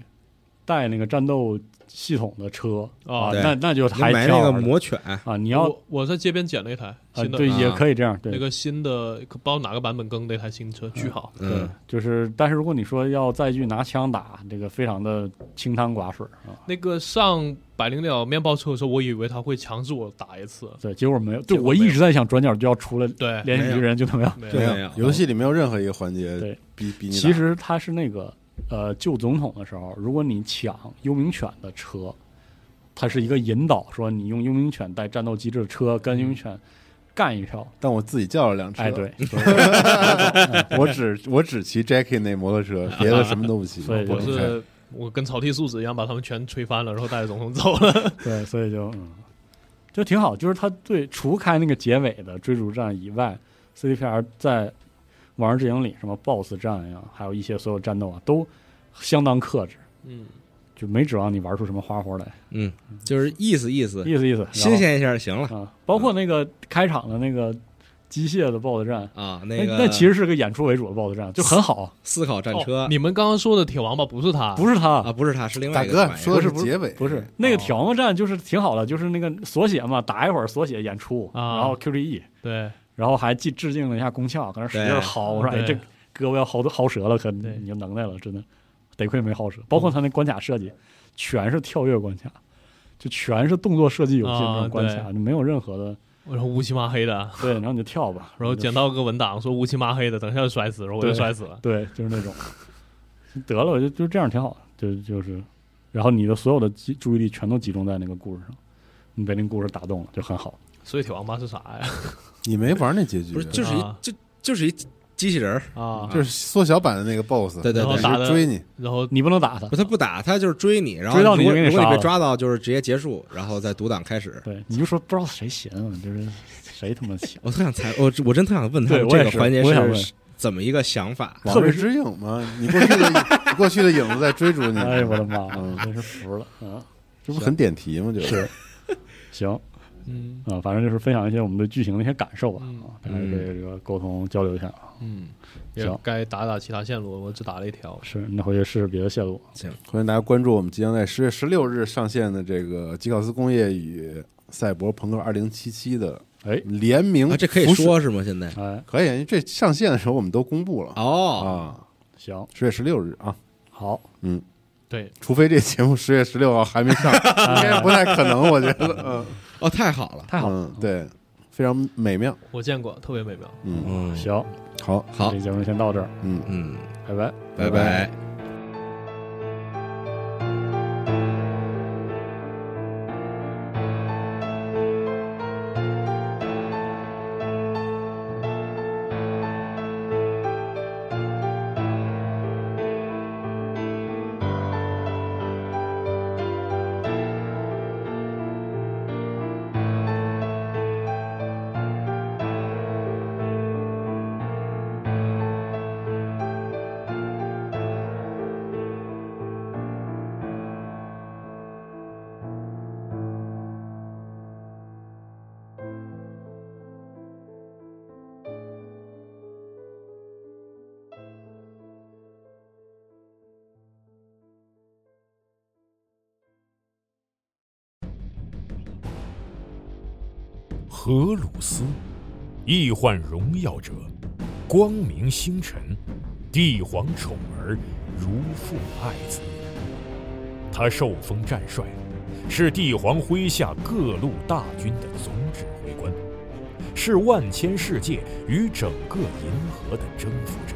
带那个战斗系统的车啊啊，对那那就你还买挺那好个玩的魔犬，啊，你要我我在街边捡了一台啊新的，对啊也可以这样对那个新的不知道哪个版本更的一台新车，巨好。对嗯，，就是，但是如果你说要再去拿枪打，这个非常的清汤寡水啊。那个上百灵鸟面包车的时候，我以为他会强制我打一次，对，结果没有。结对果我没一有直在想转角就要出来，对，连续没有一个人就怎么 样？没对有没有游戏里没有任何一个环节对比比你打其实他是那个呃救总统的时候，如果你抢幽冥犬的车，它是一个引导，说你用幽冥犬带战斗机制的车跟幽冥犬干一票。但我自己叫了辆车，哎，对， 我只我只骑 Jackie 那摩托车，别的什么都不骑。所以就我是我跟草剃素子一样把他们全吹翻了，然后带着总统走了。 对，所以就嗯，就挺好。就是他对除开那个结尾的追逐战以外，CDPR 在《王者之影》里什么 BOSS 战呀，还有一些所有战斗啊，都相当克制，嗯，就没指望你玩出什么花活来，嗯，就是意思意思，意思意思，然后新鲜一下就行了啊。包括那个开场的那个机械的 BOSS 战。啊。那个哎啊那其实是个演出为主的 BOSS 战，就很好，思考战车哦你们刚刚说的铁王八不是他，不是他，啊，哦不是他，是另大外一个哥玩意儿说的不是结尾，不是那个条目战就是挺好的，就是那个缩写嘛，打一会儿缩写演出，啊然后 E QTE，对，然后还致致敬了一下功效，搁那使劲对薅，我说哎，这对胳膊要薅薅折了，可对你有能耐了，真的，得亏没薅折。包括他那关卡设计，全是跳跃关卡，就全是动作设计游戏那啊种关卡，就没有任何的然后乌漆嘛黑的，对，然后你就跳吧， 然后就捡到个文档说乌漆嘛黑的，等一下就摔死，然后我就对摔死了。 对，就是那种，得了，我就就这样挺好的，就就是，然后你的所有的集注意力全都集中在那个故事上，你被那个故事打动了，就很好。所以铁王八是啥呀？你没玩那结局，不是就是一啊就就是一机器人儿，啊，就是缩小版的那个 BOSS，对对然后对只打的是追你，然后你不能打他不，他不打，他就是追你，然后追到你如果就给你如果杀你被了抓到，就是直接结束，然后再独挡开始。对，你就说不知道谁闲啊，就是谁他妈闲。我特想采，我我真特想问他对们我这也个是环节我想问是怎么一个想法？往日之影嘛，你过去的你过去的影子在追逐你，哎呦我的妈，嗯真是服了啊！这不很点题吗？就是是行嗯啊，反正就是分享一些我们对剧情的一些感受吧嗯啊，大家这个这个沟通交流一下啊。嗯，也行该打打其他线路，我只打了一条。是，那回去试试别的线路。欢迎大家关注我们即将在十月十六日上线的这个《吉考斯工业与赛博朋克二零七七》的哎联名啊，这可以服饰，啊说是吗？现在哎，可以，这上啊线的时候我们都公布了哦，啊，行，十月十六日啊，好，嗯，对，除非这节目十月十六号还没 上，应该不太可能，我觉得。嗯，哦，太好了，太好了，嗯，对，非常美妙。我见过，特别美妙。嗯，嗯，行，好，好这，节目先到这儿，嗯。嗯，拜拜。拜拜拜拜荷鲁斯，易患荣耀者，光明星辰，帝皇宠儿，如父爱子。他受封战帅，是帝皇麾下各路大军的总指挥官，是万千世界与整个银河的征服者。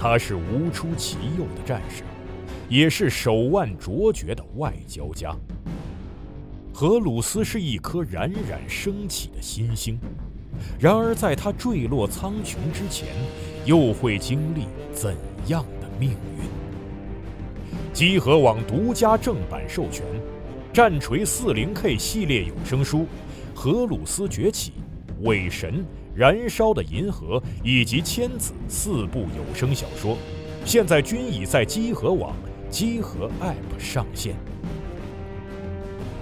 他是无出其右的战士，也是手腕卓绝的外交家。荷鲁斯是一颗冉冉升起的新星，然而在它坠落苍穹之前，又会经历怎样的命运？积禾网独家正版授权，战锤 40K 系列有声书《荷鲁斯崛起》《伪神》《燃烧的银河》以及《千子》四部有声小说，现在均已在积禾网、积禾 App 上线。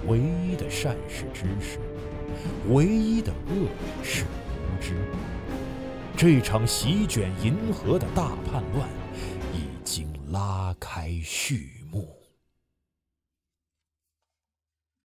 唯一的善是知识，唯一的恶是无知。这场席卷银河的大叛乱已经拉开序幕。